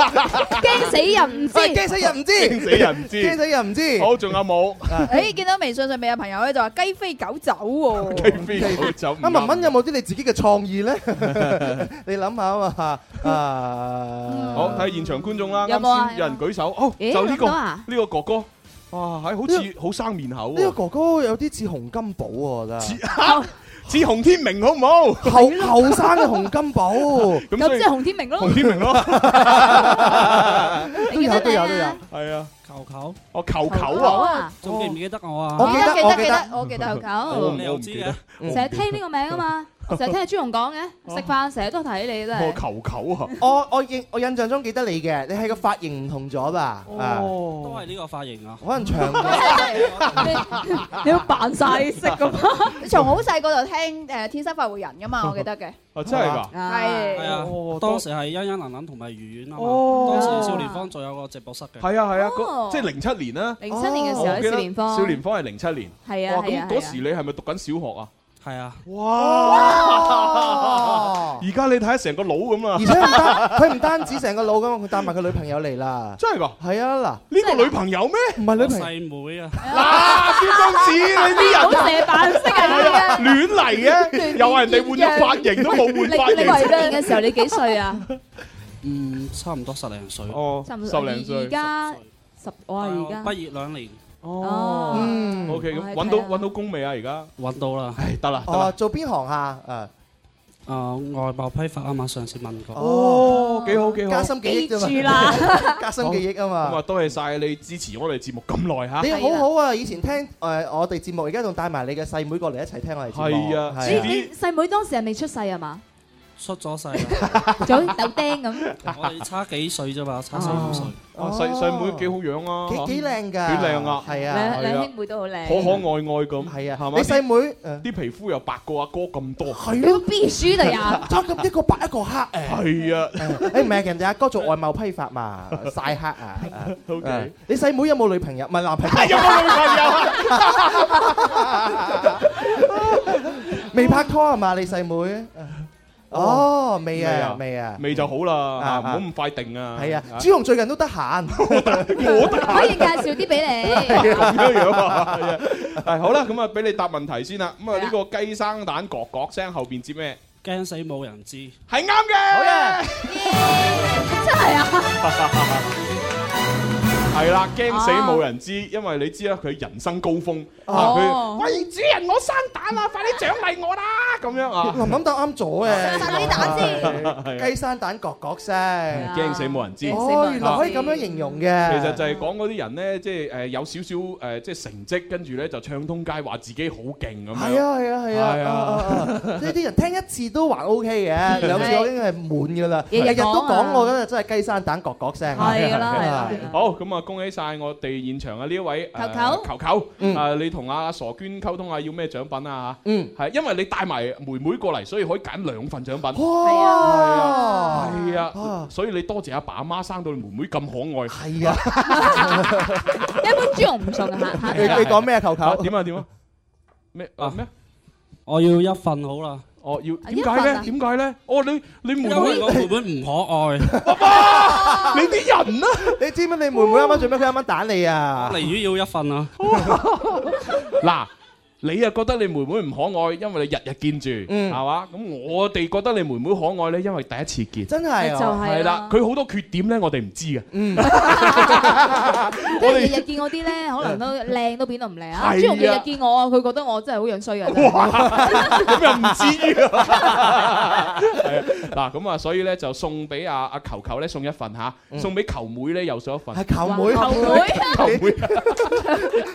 驚死人唔知。喂，驚死人唔知，驚死人唔驚知。死人唔知。啊好，仲有冇？ 誒，見到微信上面有朋友咧就話雞飛狗走喎，雞 飛狗走唔阿 啊文文啱。有冇啲你自己嘅創意 咧？你諗下啊嘛，啊，好，睇下現場觀眾啦。有冇啊啱先有人舉手，哦，咦就呢個諗到啊呢個哥哥，哇，係好呢似好生面口呢個喎，哥哥有啲似洪金寶喎，我覺得。似洪天明好唔好？後後 生嘅洪金寶，咁所咁以即係洪天明咯，洪天明咯，都有都有都有。係啊，球球，哦，球球好啊，啊！仲記唔記得我我啊？記記得我得記記得，得，我記得我狗唔你又知記得嘅成日聽呢個名啊嘛，我成日聽朱紅講嘅，食飯成日都睇你真哦，係。球球啊，我我印我印象中記得你嘅，你係個髮型唔同咗吧？啊，都係哦，呢個髮型啊！可能長咗。啊你你要扮晒識咁從好細個就聽誒天生快活人噶嘛，我記得嘅，啊真係㗎，啊！係啊 係。哦，當時係欣欣能能同埋魚丸啊哦嘛，當時少年坊仲有個直播室嘅。係啊係啊，哦嗰即係零七年啦。零七年嘅時候我喺記少得年坊，少年坊係零七年。係啊哇，係咁啊嗰時你係咪讀緊小學啊？係啊，哦哇！而家你睇下成個腦咁啊！而且唔單佢唔單止成個腦咁，佢帶埋佢女朋友嚟啦。真係㗎？係啊，嗱，呢個女朋友咩？唔係女我朋友。細妹啊，嗱，蕭公子你啲人好射扮色啊係 啊你亂嚟嘅，又話人哋換咗髮型都冇你換你髮為型。嘅時候你幾 歲啊？嗯，差唔多十零歲，哦差唔多而家十，我係而家畢業兩年，哦嗯 O K，我咁係揾到睇下揾到工未啊？而家揾到啦，唉，得啦，得哦，啦。做邊行啊？啊外貿批發啊嘛，上次問過，哦，幾好幾誒，好。加深記憶啫嘛。記住啦 加深記憶啊嘛咁。啊，多謝晒你支持我哋節目咁耐嚇。你好好啊！以前聽誒我哋節目，而家仲帶埋你嘅細妹過嚟一齊聽我哋節目。係啊係你你細妹當時係未出世啊嘛？出咗世啦，早豆釘咁。我哋差幾歲啫嘛，差四五歲，啊，細細妹幾好樣啊，幾幾靚㗎幾靚啊，係啊兩兩兄妹都好靚可可愛愛咁，係啊，係嘛？你細妹啲皮膚又白過阿哥咁多，係咯必 須的呀執咁一個白一個黑誒。係啊，誒唔係人哋阿哥做外貿批發 嘛，曬黑啊。 OK 誒你細妹有冇女朋友？唔係男朋 友。有冇女朋友啊？ 未拍拖係嘛？你細妹？哦，未啊，未啊。未就好啦，啊唔好咁快定啊。係啊，朱紅最近都得閒。可以介紹啲俾你。咁樣樣啊，係啊係好啦，咁啊，俾你答問題先啦。咁啊，呢個雞生蛋咯咯聲後邊接咩？驚死冇人知，係啱嘅。好嘅，真係啊！係啦，驚死冇人知，因為你知啦，佢人生高峰啊，哦佢喂主人，啊我生蛋啦，快啲獎勵我啦！咁樣 啊，林林答啱咗嘅。曬啲蛋先係雞生蛋咯咯聲。 驚死冇人知。哦，原來可以咁樣形容嘅。其實就係講嗰啲人咧，即係誒有少少誒，即係成績，跟住咧就唱通街，話自己好勁咁樣。係啊係啊係啊係啊啊！啊呢啲人聽一次都還 O K 嘅，兩次我已經係滿㗎啦。日日日日都講啊講我嗰日真係雞生蛋咯咯聲。係係啦。好，咁啊，恭喜晒我哋現場嘅呢一位誒球球球，啊，你同阿傻娟溝通下要咩獎品啊嚇。嗯，係因為你帶埋妹妹過嚟，所以可以揀兩份獎品。係啊，係啊，所以你多謝阿爸阿媽生到你妹妹咁可愛。 係啊，一般豬紅唔信啊嚇你你講咩啊？球球點啊點啊？咩啊咩？我要一份好啦，哦要點點解咧？點解咧？哦，你你妹因妹為我妹妹唔可愛，你啲人啊！你知唔知你妹妹啱啱做咩？佢啱啱打你啊！寧願要一份啊， 嗱，你啊覺得你妹妹唔可愛，因為你日日見住，嗯係嘛？咁我哋覺得你妹妹可愛呢，因為第一次見。真係啊就係啊係啦，佢好多缺點呢，我哋唔知嘅。 嗯，即係日日見我啲咧，可能都靚都變到唔靚啊！係啊朱紅日日見我啊，佢覺得我真係好樣衰啊！咁又唔至於啊。係啊，嗱咁啊，所以呢，就送俾阿阿球球呢，送一份吓，送俾球妹呢，又送一份。係嗯球妹哇球 妹球妹。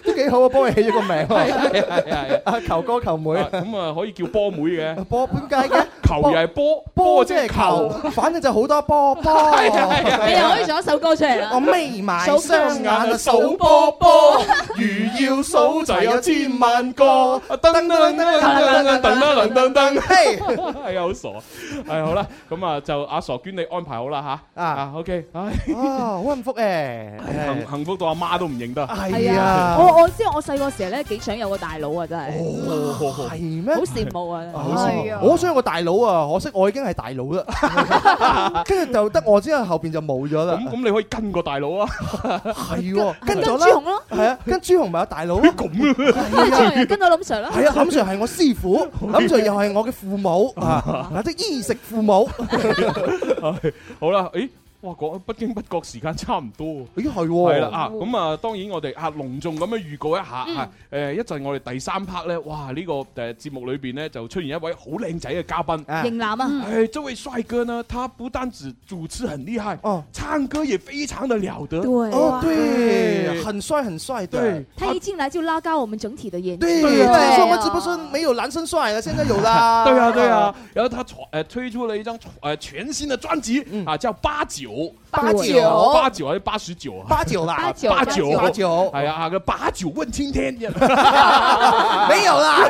都幾好啊！幫你起咗個名 係喎。係係啊，球哥球妹啊咁啊可以叫波妹嘅。 波點解嘅？球又係波，波即係球，反正就好多波波。你又可以做一首歌出嚟啦！我眯埋數雙眼啊，數波波，如要數就有千萬個。噔噔噔噔噔噔噔噔噔，係啊，好傻。 係好啦，咁啊就阿傻娟你安排好啦吓。啊，OK，唉，啊，好幸福誒！ 幸幸福到阿媽都唔認得。係啊哎我我知我細個時候咧幾想有個大佬啊，真哦係係咩？好羨慕啊！好羨慕我想有個大佬啊，可惜我已經係大佬 啦，跟住就得我之後，後邊就冇咗啦。咁咁你可以跟個大佬啊，係喎，跟跟咗朱紅咯啦，係啊，跟朱紅咪有大佬咯。咁跟住朱紅又跟到林 Sir 啦， 係啊，林 Sir 係我師 傅，林 Sir 又係我嘅父母啊，嗱即係衣食父母。好啦，誒，哇，講不經不覺時間差唔多。咦係喎，係啦啊，咁啊，當然我哋啊隆重咁樣預告一下嗯嚇，誒一陣我哋第三 part 咧，哇呢個誒節目裏邊咧就出現一位好靚仔嘅嘉賓，型男啊誒，這位帥哥呢，他不單止主持很厲害，哦，唱歌也非常的了得，嗯哦，對，對很帥很帥的對。他一進來就拉高我們整體的顏值。對，聽說我們直播室沒有男生帥了，現在有啦。对啊，对啊，然后他传呃推出了一张呃全新的专辑啊，叫《八九》九，嗯八九八九还是八十九啊？八九啦八九八九，八九哎呀，啊个八九问青天， 没 有啦。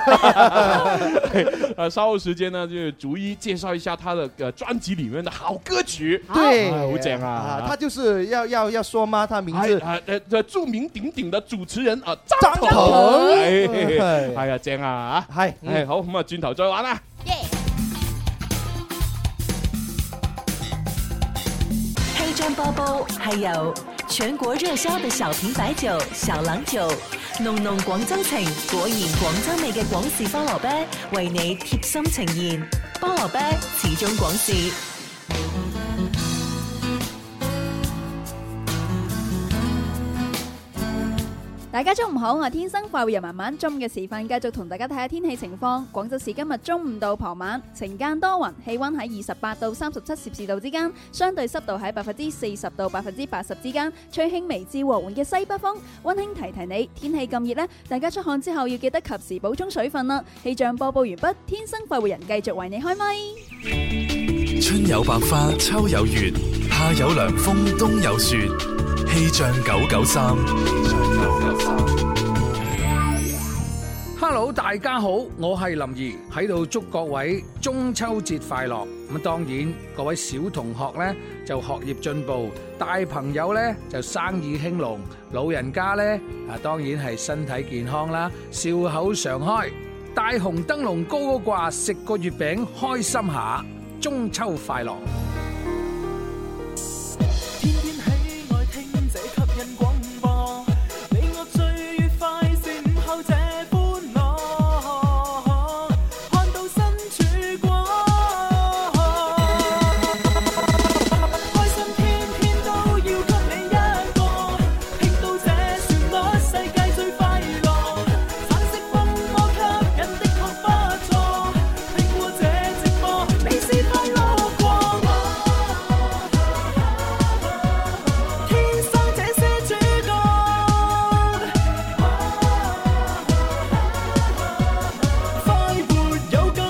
呃，稍后时间呢，就是逐一介绍一下他的呃专辑里面的好歌曲。啊对哎好正啊！他就是要要要说吗？他名字啊呃呃著名鼎鼎的主持人啊张鹏，係哎係係啊哎正啊吓，係係好咁啊，轉頭再玩啦。黑砖包包还有全国热销的小瓶白酒、小郎酒，濃濃廣州情，果然廣州味嘅廣氏菠蘿啤為你貼心呈現。菠蘿啤始終廣氏。大家中午好，我係天生快活人慢慢中午嘅時分，繼續同大家睇下天氣情況。廣州市今日中午到傍晚晴間多雲，氣温喺二十八到三十七攝氏度之間，相對濕度喺百分之四十到百分之八十之間，吹輕微至和緩嘅西北風。温馨提提你，天氣咁熱呢，大家出汗之後要記得及時補充水分啦。氣象播報完畢，天生快活人繼續為你開咪。春有百花，秋有月，夏有涼風，冬有雪。氣象九九三， Hello，大家好，我係林怡，喺度祝各位中秋節快樂。咁當然，各位小同學呢就學業進步，大朋友呢就生意興隆，老人家呢啊當然係身體健康啦，笑口常開，大紅燈籠高高掛，食個月餅開心下，中秋快樂。天天喜愛聽這吸引廣播，你我最愉快，是午後這歡樂，看到身曙光，開心天天都要給你一個，聽到這旋律世界最快樂，橙色風波吸引的確不錯，聽過這直播，你是快樂過。天生這些主角，快活有更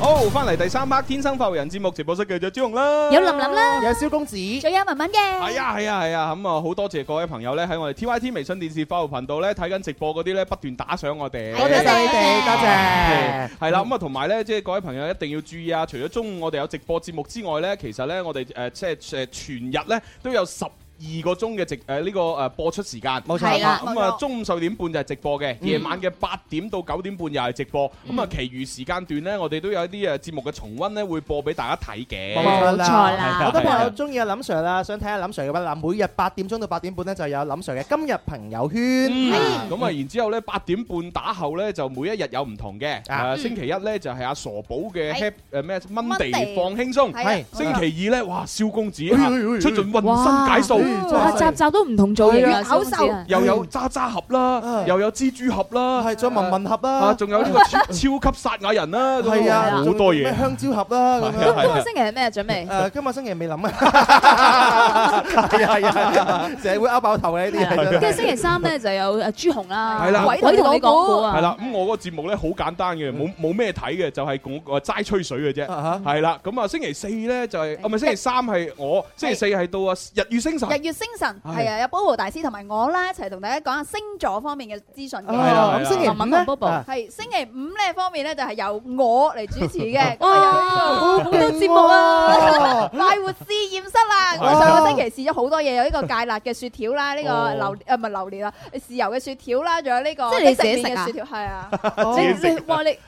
好，翻嚟第三 part《天生發育人》節目直播室繼續朱紅啦，有林林啦，有蕭公子，仲有文文嘅，係啊係啊係啊，咁啊好多謝各位朋友咧喺我哋 T Y T 微信電視花育頻道咧睇緊直播嗰啲咧不斷打賞我哋，多謝晒你哋，多謝係。係啦，咁啊同埋咧，即係各位朋友一定要注意啊！除咗中午我哋有直播節目之外咧，其實咧我哋誒即係誒全日咧都有十。二個鐘嘅直呃誒呢個誒播出時間，冇錯係啦咁冇啊錯，中午十點半就係直播嘅，嗯夜晚嘅八點到九點半又係直播。咁啊，其餘時間段咧，我哋都有一啲誒呃節目嘅重温咧，會播俾大家睇嘅。好多朋係友啊中意阿林 Sir 啦，想睇下林 Sir 嘅話，嗱，每日八點鐘到八點半咧就有林 Sir 嘅今日朋友圈。嗯咁啊，然之後咧八點半打後咧，就每一日有唔同嘅。啊，星期一咧就係阿傻寶嘅 Happy 誒咩 Monday Monday 放輕鬆，係啊星期二咧，哇，蕭公子哎啊哎哎出盡渾身解數，哇，集集都唔同造型係啊，啊，小公子啊又有渣渣俠啦，又有蜘蛛俠啦，係仲有文文俠啦啊，仲有呢個超超級殺瓦人啦，咁係啊，好多仲有咩嘢。香蕉盒啦咁係啊係啊樣。今個星期係咩準備？誒，今個星期未諗啊，係啊係啊係啊，成日會拗爆頭嘅呢啲 嘢真係。跟住星期三咧就有誒朱紅啦，係啦，鬼同你講古啊，係啦，咁我嗰個節目咧好簡單嘅，冇冇咩睇嘅，就係講誒齋吹水嘅啫。係啦，咁啊星期四咧就係，啊唔係星期三係我，星期四係到啊日月星辰。日月星辰係係啊，有 Bobo 大師同埋我啦，一齊同大家講下星座方面嘅資訊嘅。係啦係啦咁星期五咧文文同 Bobo 係星期五呢方面咧，就係由我嚟主 持嘅。咁哇啊有呢個好多節 目勁啊喎！快活試驗室啦，我上個星期試咗好多嘢，有呢個芥辣嘅雪條啦，呢個哦榴誒唔係榴蓮啊，豉油嘅雪條啦，仲有呢個即係即你食自己麵食嘅啊雪條，係啊。你你哇你，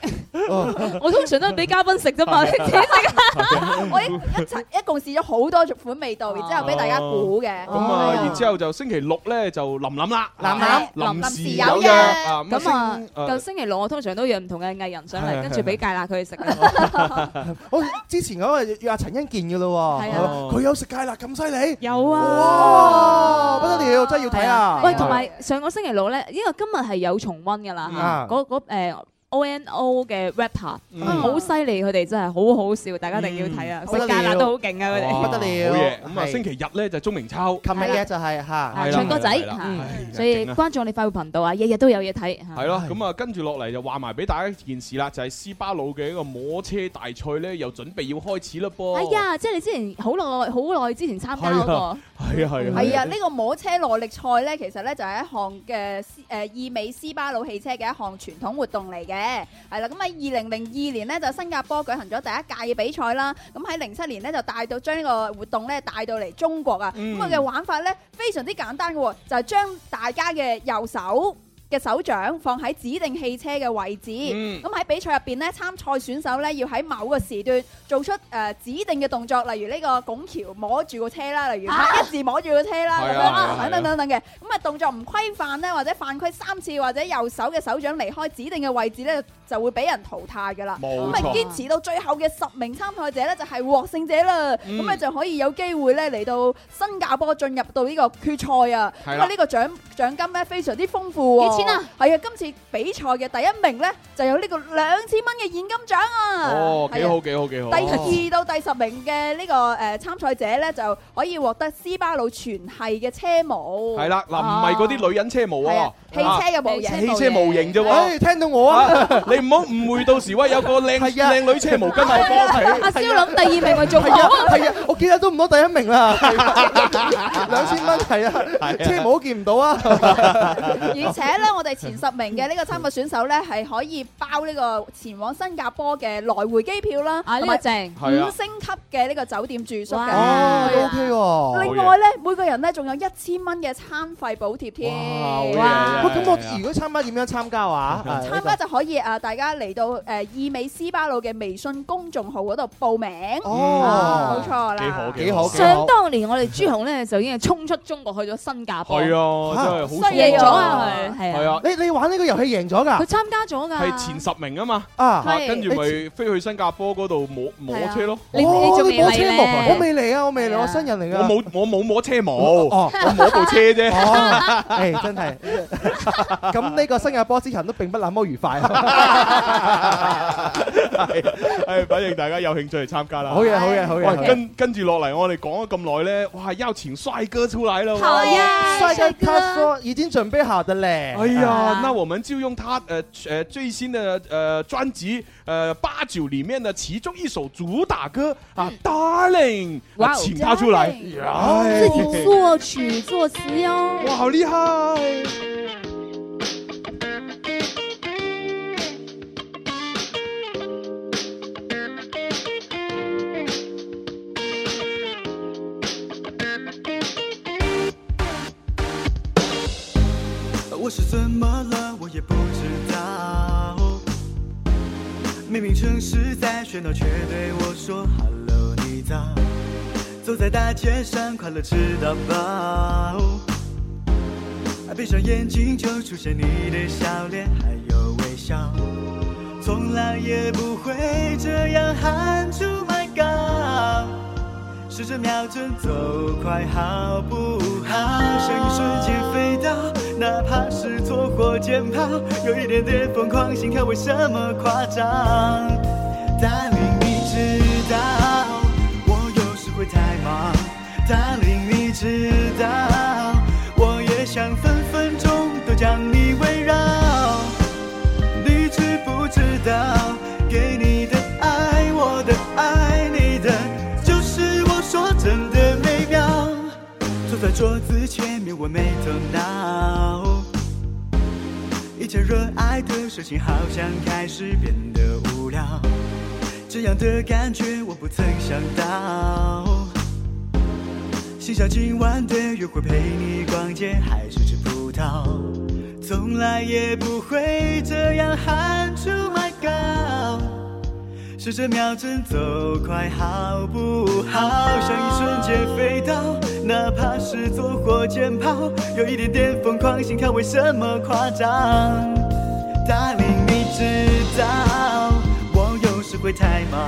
我通常都係俾嘉賓食 啫嘛，你 自己食啊 我一一齊一共試咗好多款味道，然之後俾大家估嘅。咁啊，然之後就星期六咧就林林啦，林臨時林有約啊，咁啊，到誒星期六我通常都約唔同嘅藝人上係係嚟，跟住俾芥辣佢哋食啊。我之前嗰個約阿陳欣健嘅咯喎，係啊佢有食芥辣咁犀利，有啊，哇，不得了，真係要睇啊！喂，同埋上個星期六咧，因為今日係有重温噶啦啊，嗰嗰誒。 O N O 嘅 rapper，嗯好犀利，佢哋真係好好笑，大家一定要睇啊！食芥辣都好勁啊！佢哋哇好嘢！咁啊，星期日咧就鐘明秋，琴日嘅就係嚇係唱歌仔係啦嚇唉所以勁啊關注我哋快活頻道啊，日日都有嘢睇嚇。係咯，咁啊，跟住落嚟就話埋俾大家一件事啦，就係斯巴魯嘅一個摩車大賽咧，又準備要開始啦噃。哎啊呀，即係你之前好耐好耐之前參加嗰係啊個，係啊，係啊，係啊，呢個摸車耐力賽咧，其實咧就係一項嘅斯誒意美斯巴魯汽車嘅一項傳統活動嚟嘅。係啦，咁喺二零零二年呢，就新加坡舉行咗第一屆嘅比賽啦。咁喺零七年呢，就帶到將呢個活動咧帶到嚟中國啊。咁嗯佢嘅玩法咧非常之簡單嘅喎，就係將大家嘅右手。嘅手掌放喺指定汽車嘅位置，嗯咁喺、比賽入邊咧，參賽選手咧要喺某個時段做出誒、呃指定嘅動作，例如呢個拱橋摸住個車啦，例如拍一字摸住個車啦，咁啊係樣啊啦係啊等等等等嘅。咁啊動作唔規範咧，或者犯規三次，或者右手嘅手掌離開指定嘅位置咧，就會俾人淘汰㗎啦。冇咁錯啊堅持到最後嘅十名參賽者咧，就係獲勝者啦。嗯咁啊就可以有機會咧嚟到新加坡進入到呢個決賽啊。係咁啦啊呢個獎獎金咧非常之豐富喎。幾錢啊？係啊，今次比賽嘅第一名咧就有呢個兩千蚊嘅現金獎啊！哦，幾係好啊幾好幾好。第二到第十名嘅呢個誒參賽者咧，就可以獲得斯巴魯全系嘅車模。啊係啦，嗱，唔係嗰啲女人車模哦係喎啊，汽車嘅模型啊汽車模型啫喎。唉聽到我啊！啊 你唔好誤會，到時喂有個靚係啊靚女車模 跟我啊翻屋企。阿蕭諗第二名咪仲係啊好，係啊，我幾日都唔攞第一 名啦，兩千蚊係啊，車模都見唔到 啊，而且 咧，我哋前十名嘅呢個參賽選手咧，係可以包呢個前往新加坡嘅來回機票啦，啊呢個同埋正五星級嘅呢個酒店住宿嘅。啊啊哦都，OK 喎。另外咧，每個人咧仲有一千蚊嘅餐費補貼添。哇！咁我如果參加點樣 參加話？啊參加就可以誒，大家嚟到誒意美斯巴魯嘅微信公眾號嗰度報名。哦啊冇錯啦。幾好幾想好。當年我哋朱紅咧就已經係衝出中國去咗新加坡，係啊，真係好犀利咗啊佢，係係啊啊，你你玩呢個遊戲贏咗啊㗎？佢參加咗㗎，係前十名啊嘛，啊係跟住咪飛去新加坡嗰度啊摸摸車咯。你你哦仲未摸嚟車模，咧？我未嚟啊，我未嚟，我新人嚟㗎。我冇我冇摸車模，哦我摸部車啫。哦，誒真係，咁呢個新加坡之行都並不那麼愉快。 係，反正大家有興趣嚟參加啦。好嘢好嘢好嘢好喂，嘢跟跟住落嚟，我哋講咗咁耐咧，哇，邀請帥哥出嚟啦！好 dạ, 呀帥哥，他說已經準備好的嘞。，哎呀，那我们就用他呃呃最新的呃专辑呃八九里面的其中一首主打歌啊，Darling，嗯哇哦啊请他出来，哎自己作曲作詞喲，哇，好厲害！呃我是怎么了，我也不知道。明明城市在喧闹，却对我说 “hello，你早”。走在大街上，快乐吃到饱。啊闭上眼睛就出现你的笑脸，还有微笑。从来也不会这样喊出 “my god”。试着瞄准走快好不好？想一瞬间飞到，哪怕是错过肩膀，有一点点疯狂，心跳为什么夸张？达令你知道，我有时会太忙。达令你知道，我也想分分钟都将你围绕。你知不知道，给你的爱，我的爱，你的就是我说真的美妙。坐在桌子前面，我没头脑。以前热爱的事情好像开始变得无聊，这样的感觉我不曾想到。心想今晚的约会陪你逛街，还是吃葡萄，从来也不会这样喊出 My God。试着瞄准走快好不好？想一瞬间飞到，哪怕是坐火箭炮，有一点点疯狂，心跳为什么夸张？达令你知道，我有时会太忙。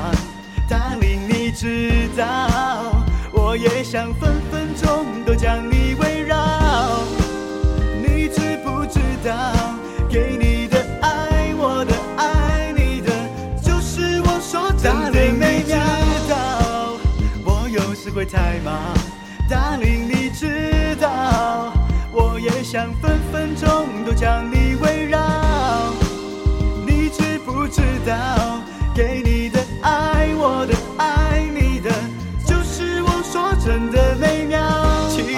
达令你知道，我也想分分钟都将你围绕。你知不知道，给你的爱，我的爱。是会太忙。Darling，你知道，我也想分分钟都将你围绕。你知不知道，给你的爱，我的爱，你的，就是我说真的美妙。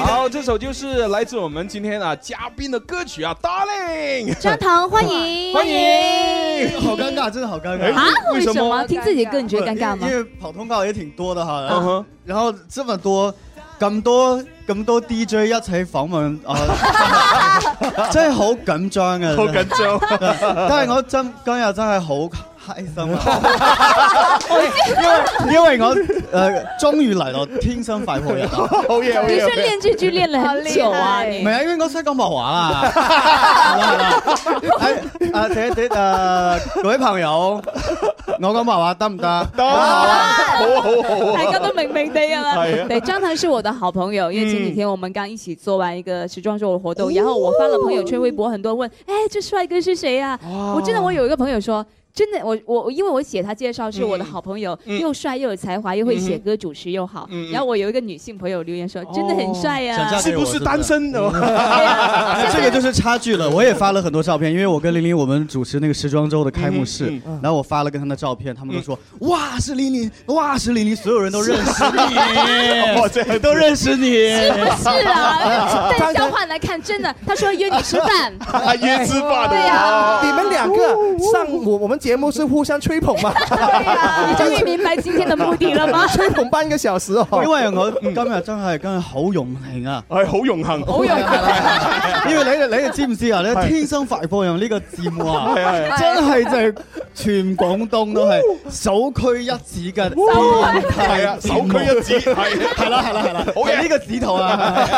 好，这首就是来自我们今天啊嘉宾的歌曲啊，Darling。张彤，欢迎，欢迎好尴尬，真的好尴尬啊？为什么？听自己歌你觉得尴尬吗因？为因为跑通告也挺多的哈，然嗯後然後這麼多咁多咁多 DJ 一齊訪問啊，真係好緊張啊！好緊張但係我真今日真係好開心我啊，因為因為我誒終於嚟到天生快活人，好嘢好嘢你是練這句練了很久啊你哎唔係啊，因為我識講白話啦。係啊，姐姐誒，各位朋友，我講白話得唔得？哎得，好好好大家都明明地啊嘛嗯係啊对，张腾是我的好朋友，因为前几天我们刚一起做完一个时装周的活哦动，然后我发了朋友圈、微博，很多人问，哎，这帅哥是谁呀、我真的，我有一个朋友说。真的，我我因为我写他介绍是我的好朋友，又帅又有才华，又会写歌，主持又好。嗯嗯嗯然后我有一个女性朋友留言说，真的很帅呀、是不是单身 的？哎这个就是差距了。我也发了很多照片，因为我跟玲玲我们主持那个时装周的开幕式，嗯嗯嗯然后我发了跟她的照片，他们都嗯说、哇是玲玲，哇是玲玲，所有人都认 识 你，哇这哎样子都认识你，是不是 啊？但相反来看，真的，他说约你吃饭 对 dạ. 呀、你们两个上我我们节目是互相吹捧吗？ 你终于明白今天的目的了吗？吹捧半个小时哦，因為我嗯今日真係真係好榮幸啊！係好榮幸，好榮幸。 因為你哋你哋知唔知啊？係你天生快活人呢個節目 啊係係，係真係就係全廣東都係首屈一指嘅電台係啊首屈一指節目係係啦係啦係啦，好呢個指頭啊，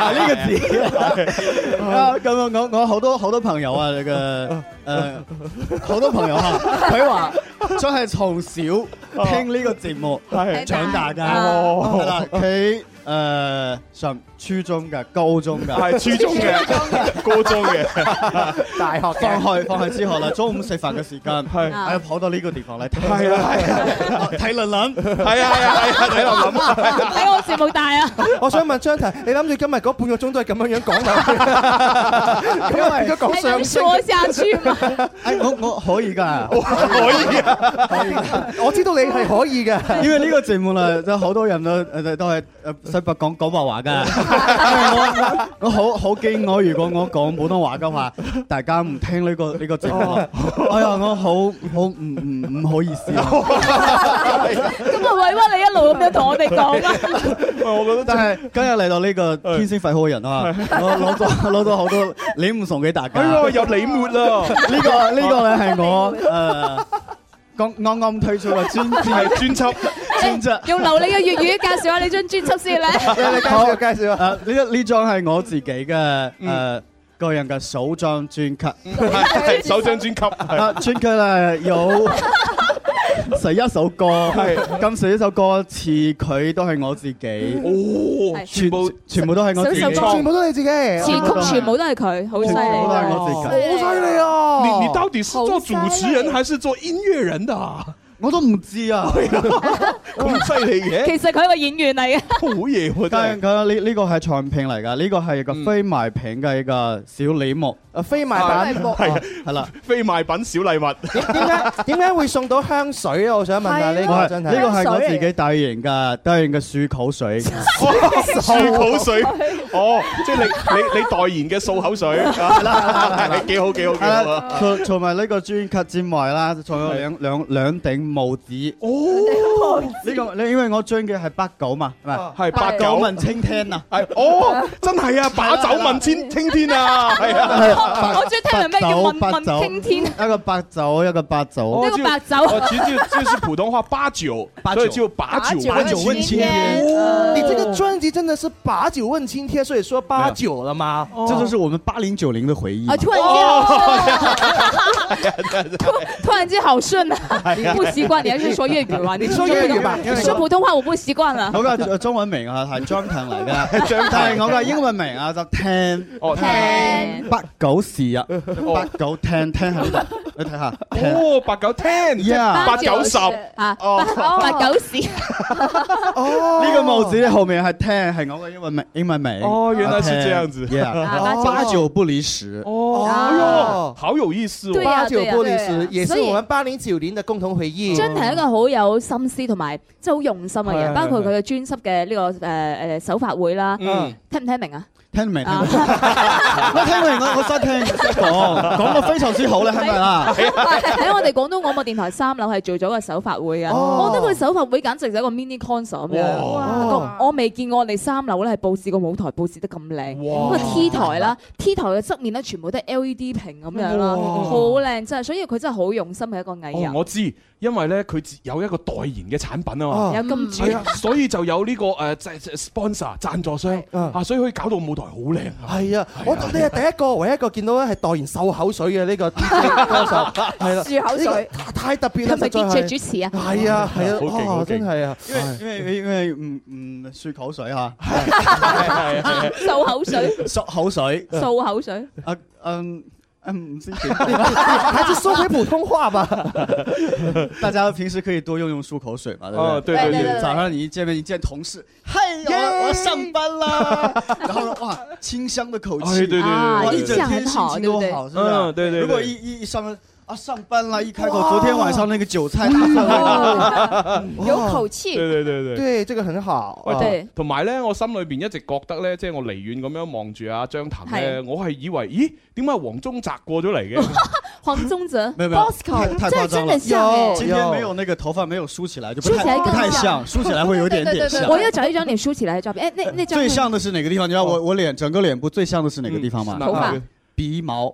係呢個指啊咁樣我我好多好多朋友啊，你嘅誒好多朋友啊，佢話 真係從小聽呢個節目係長大㗎，哦係啦佢。誒、上初中嘅、高中嘅，係初中嘅高中嘅，大學嘅放學放學之後啦，中午食飯嘅時間，係係跑到呢個地方嚟睇，係啊係啊，睇倫倫，係啊係啊係啊，睇倫倫。 睇我節目大 啊！我想問張騰，你諗住今日嗰半個鐘都係咁樣樣 講啦？因為都講上升，嘛？誒，哎我我可以㗎，可以啊， 我知道你係可以嘅。因為呢個節目啦，就好多人都誒都係誒西北講講白話㗎。我 我好好驚我，如果我講普通話嘅話，大家唔聽呢個呢個節目哦啦。哎呀，我好好唔唔唔好意思啊。咁啊，委屈你一路咁樣同我哋講啊！我覺得， 但係今日嚟到呢個天星快好人啊，我攞咗攞咗好多 禮物送俾大家。哎呀有禮物啦呢個呢個咧係我誒剛啱啱推出嘅專係專輯專輯。用流利嘅粵語介紹下你張專輯先咧。好介紹啊！誒呢呢張係我自己嘅嗯誒個人嘅首張專輯，係首張嗯專輯，係啊專輯咧 有十一首歌，係咁十一首歌詞佢都係我自己，哦哎全部全部都係我自己，全部都係你自己，詞曲全部都係佢，好犀利。哦全部都係我自己。好犀利啊！你你到底是做主持人還是做音樂人的啊？哎我都唔知 啊，咁犀利嘅。 其實佢係個演員嚟嘅。好嘢喎！但係佢呢呢個係唱片嚟㗎，呢個係個非賣片嘅一個小禮物，啊非賣版係係 啦，非賣品小禮物。點解點解會送到香水啊？我想問下呢我個係真係呢個係我自己代言㗎，代言嘅漱口水。哦漱口水，哦，即係你 你你代言嘅漱口水，係 幾好幾好幾好啊！除除埋呢個專輯之外啦，仲有兩兩兩頂帽子。哦，呢個呢因為我專嘅係八九嘛，係咪？啊係八九問青天啊！係哦，真係啊，把酒問青青天啊，係啊，我最聽明咩叫問問青天。一個八九，一個八九，哦那就個白酒哦其實就就是普通話八九，所以就把酒哦你这个专辑真的是把酒问青天，所以说八九了吗？哦這就是我們八零九零的回憶。啊突然間哦好順，突然間好順啊！不習慣，你還是說粵語吧。你說說粵語吧你說普通話我不習慣了。我嘅中文名 啊係張騰嚟嘅，張騰但係我嘅英文名啊就 Ten，哦八九時啊，八九 Ten Ten 喺度。你睇下，哦，八九 ten， Yeah 八九十，啊，哦八八九十，呢個帽子後面係 ten，係我嘅英文名，英文名。哦原來是這樣子 Yeah 啊八九不離十。哦，哎呦，好有意思對哦！啊八九對啊玻璃對啊時，也是所以我們八零九零的共同回憶。真係一個好有心思同埋即係好用心嘅係係人，包括佢嘅專輯嘅呢個呃誒誒手法會啦，嗯聽唔聽明啊？聽唔明？我聽明，我我真聽識講，講得非常之好咧，係咪啊啦？喺我哋廣東廣播電台三樓係做咗個手法會嘅，哦我覺得佢手法會簡直就係一個 mini concert 咁樣。個我未見過我哋三樓咧係佈置個舞台佈置得咁靚，咁個 T 台啦，T 台嘅側面咧全部都係 LED 屏咁樣哇啦，好靚真係，所以佢真係好啊用心嘅一個藝哦人，。我知，因為咧佢自有一個代言嘅產品啊嘛哦，有金主係啊，所以就有呢個誒即係 sponsor 贊助商啊，所以可以搞到舞台好 靚啊！係啊，我你係第一個，唯一一個見到咧係代言漱口水嘅呢個 DJ 歌手，係啦，漱口水呢個太特別啦，佢咪實在係 DJ 主持啊？係啊，嗯係啊，好勁哇好勁真係啊，因為因為唔唔漱口 水嚇，漱口水， 漱口水， 漱口 水。啊嗯嗯，唔知點。 還是說回普通話吧。 大家平時可以多用用漱口水嘛，对不哦對對對對對對早上你一见面，一见同事，嗨，我 我我上班啦，然后呢哇，清香的口哎气，對對對哇對一整天心情都印象好，很好是不是啊？嗯對對對如果一一一上班啊，上班啦，一开口，昨天晚上那个韭菜哦大哇有口氣對對對對對，這個很好。喂啊同同埋咧，我心裏邊一直覺得咧，即係我離遠咁樣望住阿張騰咧，係我係以為，咦，點解黃宗澤過咗嚟 嘅？黃宗 澤没有没有，太，Bosco，太真係夸真张的了，像欸今天没有那个头发没有梳起来，就不梳起太來不更太像像，梳起来会有点点像。我要找一张脸梳起来的照片。哎，那那张最像的是哪个地方？你知道我我脸整个脸部最像的是哪个地方嗯吗？是哪头发鼻毛。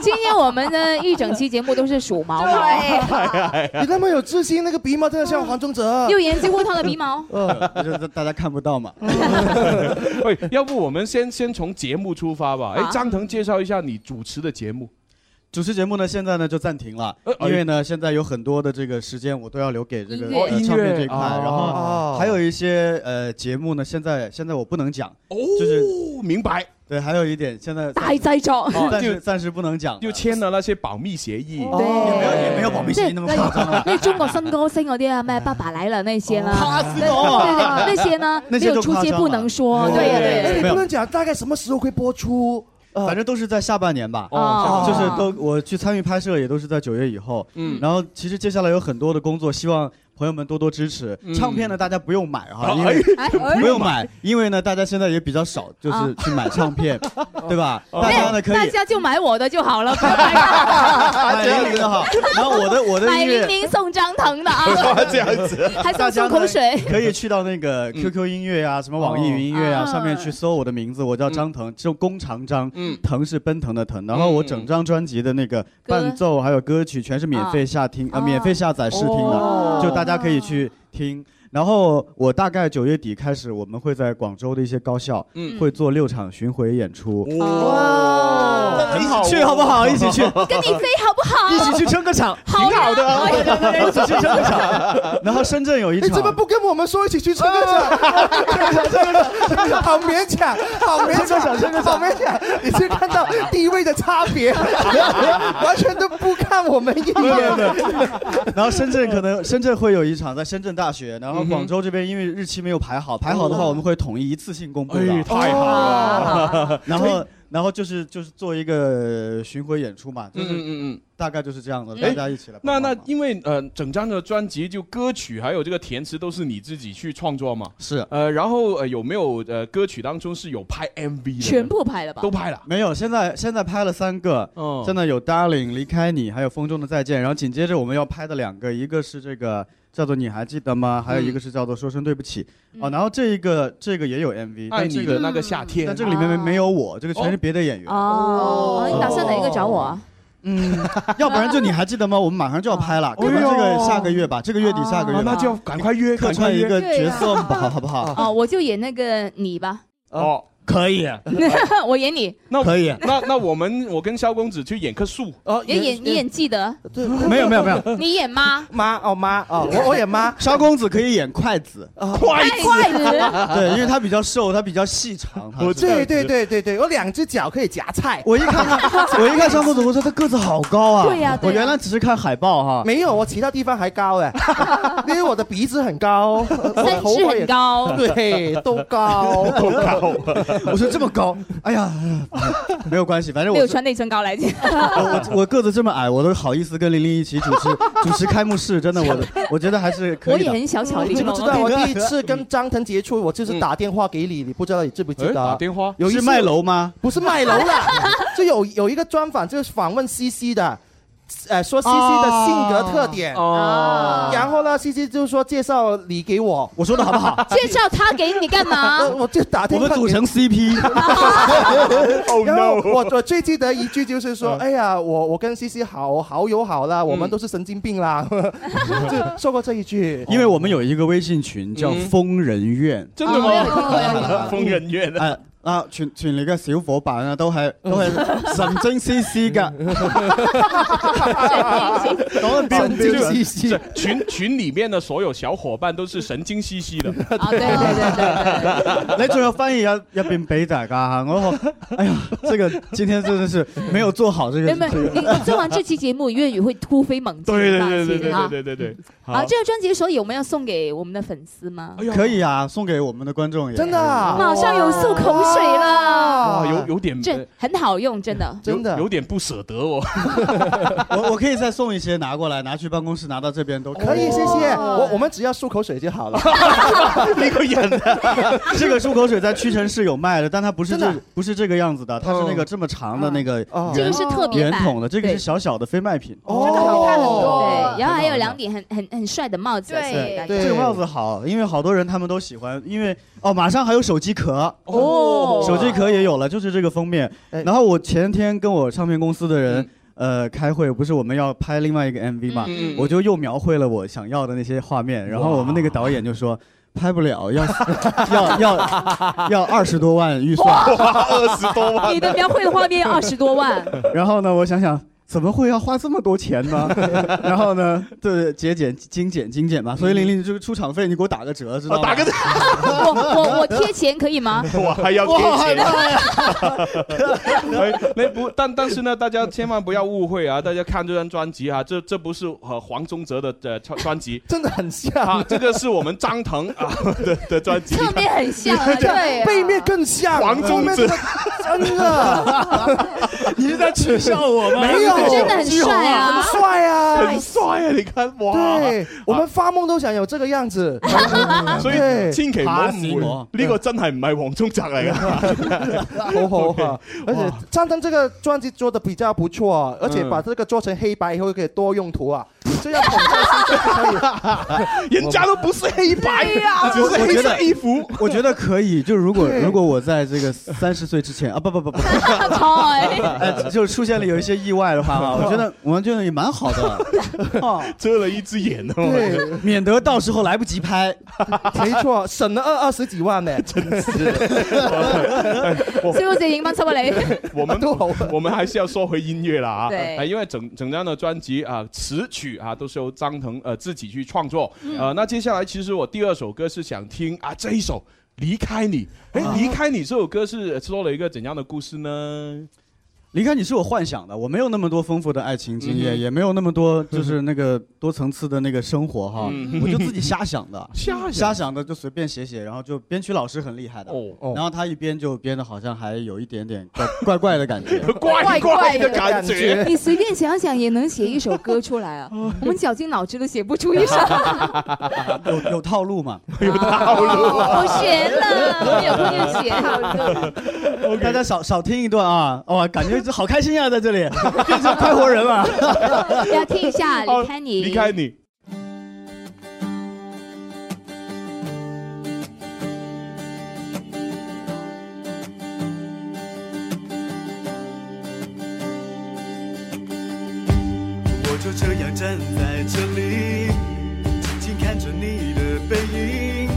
今天我们呢一整期节目都是数毛毛，哎 你那麼有自信，那個鼻毛真的像黃宗澤。又研究過他的鼻毛。 呃就是大家看不到嘛。喂，要不我們先 先從節目出發吧？哎，好張騰介紹一下你主持的節目。主持节目呢，现在呢就暂停了，哎因为呢现在有很多的这个时间我都要留给这个音乐呃哦音乐唱片这一块，哦然后还有一些呃节目呢，现在现在我不能讲，就是哦明白。对，还有一点现在大制作哦暂就时暂时不能讲，哦就簽了那些保密協議，對也沒有也沒有保密協議那麼誇張那中国新歌星嗰啲啊，咩爸爸来了那些啦，怕对啊对对，那些呢， 那没些就有出夸街张不了能说，对对呀对对对呃没呀有。哎不能講大概什麼時候會播出。呃反正都是在下半年吧，哦就是下半都我去参与拍摄也都是在九月以后，嗯，然后其实接下来有很多的工作，希望朋友们多多支持。嗯唱片呢，大家不用买哈，哎因为哎啊不用买，因为呢，大家现在也比较少，就是去买 唱片，对吧？哦大家呢可哎大哎以家就买我的就好了，不要买买零零的哈，啊然后我的我的买音零乐。零送张腾的 啊，这样子还送漱口水。可以去到那个 QQ 音乐啊，什么网易云音乐啊，哦上面去搜我的名字，我叫张腾，就弓长张，腾是奔腾的腾。然后我整张专辑的那个伴奏还有歌曲全是免费下啊听，呃，免费下载试听哦的，就大家可以去听。然后我大概九月底开始，我们会在广州的一些高校嗯会做六场巡回演出。哇，一哦起去好不好？一起去，跟你飞好不好？一起去撑个场，好呀好的啊一起去撑个场。然后深圳有一你场怎，么哎不跟我们说一起去唱歌 场？好勉强，好勉强，好勉强！你是看到地位的差别， 完全都不看我们一眼。 然后深圳可能深圳会有一场在深圳大学，然后广州这边因为日期没有 排好，排好的话我们会统一一次性公布哎，的。太好了，然后然后就是就是做一个巡回演出嘛，就嗯嗯是嗯嗯。大概就是这样的，哎大家一起来。那那因为呃，整张的专辑就歌曲还有这个填词都是你自己去创作嘛？是。呃，然后呃有没有呃歌曲当中是有拍 MV 的呢？全部拍了吧？都拍了。没有，现在现在拍了三个，嗯现在有《Darling》离开你，还有《风中的再见》，然后紧接着我们要拍的两个，一个是这个叫做你还记得嗯吗？还有一个是叫做说声对不起。嗯哦，然后这一个这个也有 MV，爱但这哎你个的那个夏天。但这个里面没没有我，这个全是别的演员。哦，你打算哪一个找我啊？嗯，要不然就你还记得吗？我们马上就要拍了，可能啊哎呦啊这个下个月吧，这个月底下个月吧，那就要赶快约，客赶串快啊一约个角色吧，好不好？ 哦，我就演那个你吧。哦。可以啊，我演你，那可以啊那那我们我跟萧公子去演棵树。哦你演你演记得，没有没有没有你演妈，妈哦妈哦，我我 演妈，哦萧公子可以演筷子，筷筷子， 对，因为他比较瘦，他比较细长。他是哦对对对对对，我两只脚可以夹菜。我一 看他， 我一看萧公子，我说他个子好高啊！对呀对呀我原来只是看海报哈。没有，我其他地方还高哎，因为我的鼻子很高，我的头发也很高 对，都高， 都 高。我说这么高，哎呀， 没有关系，反 正没我有是穿内增高来讲，我我我个子这么矮，我都好意思跟玲玲一起主持 主持开幕式，真的，我的我觉得还是可以的。你知不知 道我第一次跟张腾接触，我就是打电话给你，你不知道你记不记得？嗯哎打电话有一次是卖楼吗？不是卖楼啦， 就有有一个专访，就是访问 CC 的。呃，说 C C 的性格特点，哦然后呢，C C 就说介绍你给我，我说的好不 好？介绍他给你干嘛？我就打我电话们组给 成 Oh CP，然后我我最记得一句就是嗯说，哎呀，我我跟 C C 好好友好啦，我们都是神经病啦， 就说过这一句。因为我们有一个微信群叫嗯疯人院，真的吗哦我有听过有听過瘋人院啊！啊，全全嚟嘅小伙伴啊，都係都係神經絲絲㗎，哦講得神經絲絲。是群群里面的所有小伙伴都是神经兮兮 的。对对啊对你仲有翻譯入入邊俾大家啊！我好哎呀，這個今天真的是沒有做好這個人们，你這你做個。完这期节目，粤语会突飞猛进，对大对对气对啊对对对对，啊，这个专辑所以我们要送给我们的粉丝吗？可以啊，送给我们的观众也真的啊马上有漱口水了，哇，有有点这很好用，真的，有有点不舍得哦。 我我可以再送一些拿过来，拿去办公室，拿到这边都可以，谢谢我，我们只要漱口水就好了。你个演的， 这个漱口水在屈臣氏有卖的，但它不是真的这不是这个样子的，它是那个这么长的那个哦这圆个是特别圆版筒的，这个是对小小的非卖品。真的好看很哦对，然后还有两顶很很很帅的帽子，送给大家这个帽子好，因为好多人他们都喜欢，因为哦，马上还有手机壳哦手机壳也有了，就是这个封面。然后我前天跟我唱片公司的人。呃，开会不是我们要拍另外一个 MV 嘛，嗯嗯嗯我就又描绘了我想要的那些画面，然后我们那个导演就说拍不了，要要要要二十多万预算，哇20多哦万你的描绘的画面要20多万。然后呢，我想想怎么会要花这么多钱呢？然后呢，对节俭精简精简吧，所以玲玲这个出场费你给我打个折，知道吗？打个折，我我我贴钱可 以吗？我还要贴钱我好害怕呀 哎，那不，但但是呢，大家千万不要误会啊！大家看这张专辑啊，这这不是和黄宗泽的呃专专辑， 真的很像啊！这个是我们张腾啊的的专辑，侧面很像 啊，对啊，背面更像黄宗泽，真的， 你是在取笑我吗没有，真的很帅啊很帅啊，很帅啊！你看哇，对，我们发梦都想有这个样子， 所以對千祈唔好嚇死誤我會，呢個真係唔係黃宗澤嚟噶，好好啊！而且张腾这个专辑做的比较不错啊，而嗯且把这个做成黑白以后可以多用途啊，这样捧在身上就可以。人啊家都不是黑白对啊呀只是黑色衣服。 我觉得可以，就如果对如果我在这个三十岁之前啊，不 不不不， 哎，就出现了有一些意外的话啊，我觉哦得我们觉得也蛮好 的，哦，遮了一只眼哦呢，对免得到时候来不及拍， 没错，省了二二十几万 呢，真是。所以我就影翻出嚟。 我啊们我们还是要说回音乐了啊，对哎因为整整张的专辑啊，词曲啊都是由张腾呃自己去创作，嗯呃，那接下来其实我第二首歌是想听啊这一首《离开你》，哎，啊《离开你》这首歌是呃说了一个怎样的故事呢？离开你是我幻想的，我没有那么多丰富的爱情经验，嗯哼也没有那么多就是那个多层次的那个生活哈嗯，我就自己瞎想的， 瞎想哦瞎想的就随便写写，然后就编曲老师很厉害的，然后他一编就编的好像还有一点点怪怪怪的感觉， 怪怪的感觉你随便想想也能写一首歌 出来啊！我们绞尽脑汁都写不出一首， 有有套路嘛？ 有套路我学了我有空就写套 大家少少听一段啊！哇，感觉好开心啊，在这里变成快活人啊哦了。 要听一 下《离开你》。离开你，我就这样站在这里，静静看着你的背影，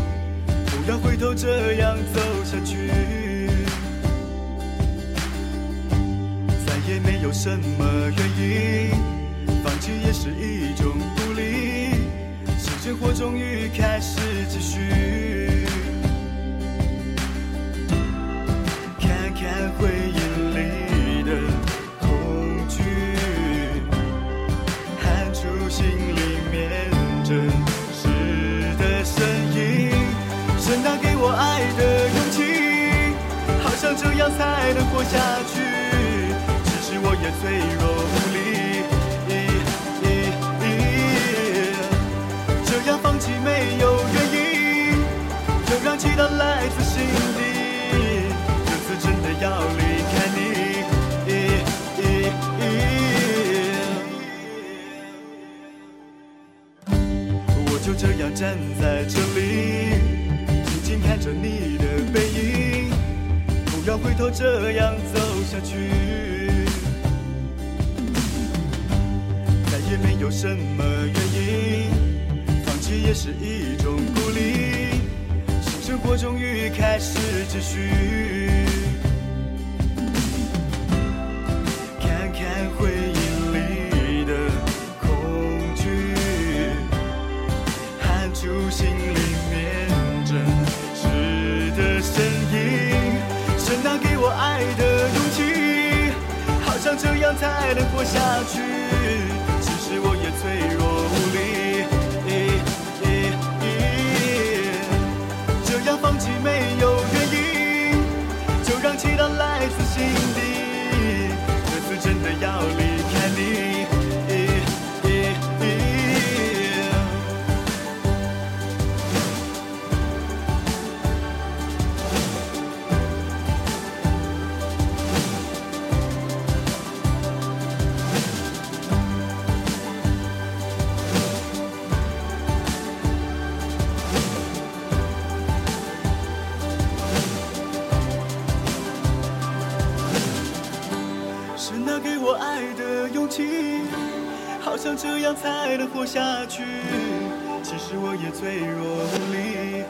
不要回头，这样走下去。也没有什么原因，放弃也是一种鼓励，新生活终于开始继续。看看回忆里的恐惧，喊出心里面真实的声音，神啊给我爱的勇气，好像这样才能活下去。只是我也脆弱无力，这样放弃没有原因，就让祈祷来自心底。这次真的要离开你。我就这样站在这里，静静看着你的背影，不要回头，这样走下去。再也没有什么原因，放弃也是一种鼓励，新生活终于开始继续。看看回忆里的恐惧，喊出心里面真实的声音。神啊，给我爱的勇气，好像这样才能活下去。其实我也脆弱无力，这样放弃没有原因，就让祈祷来自心底。这次真的要离开你。是那给我爱的勇气，好像这样才能活下去。其实我也脆弱无力，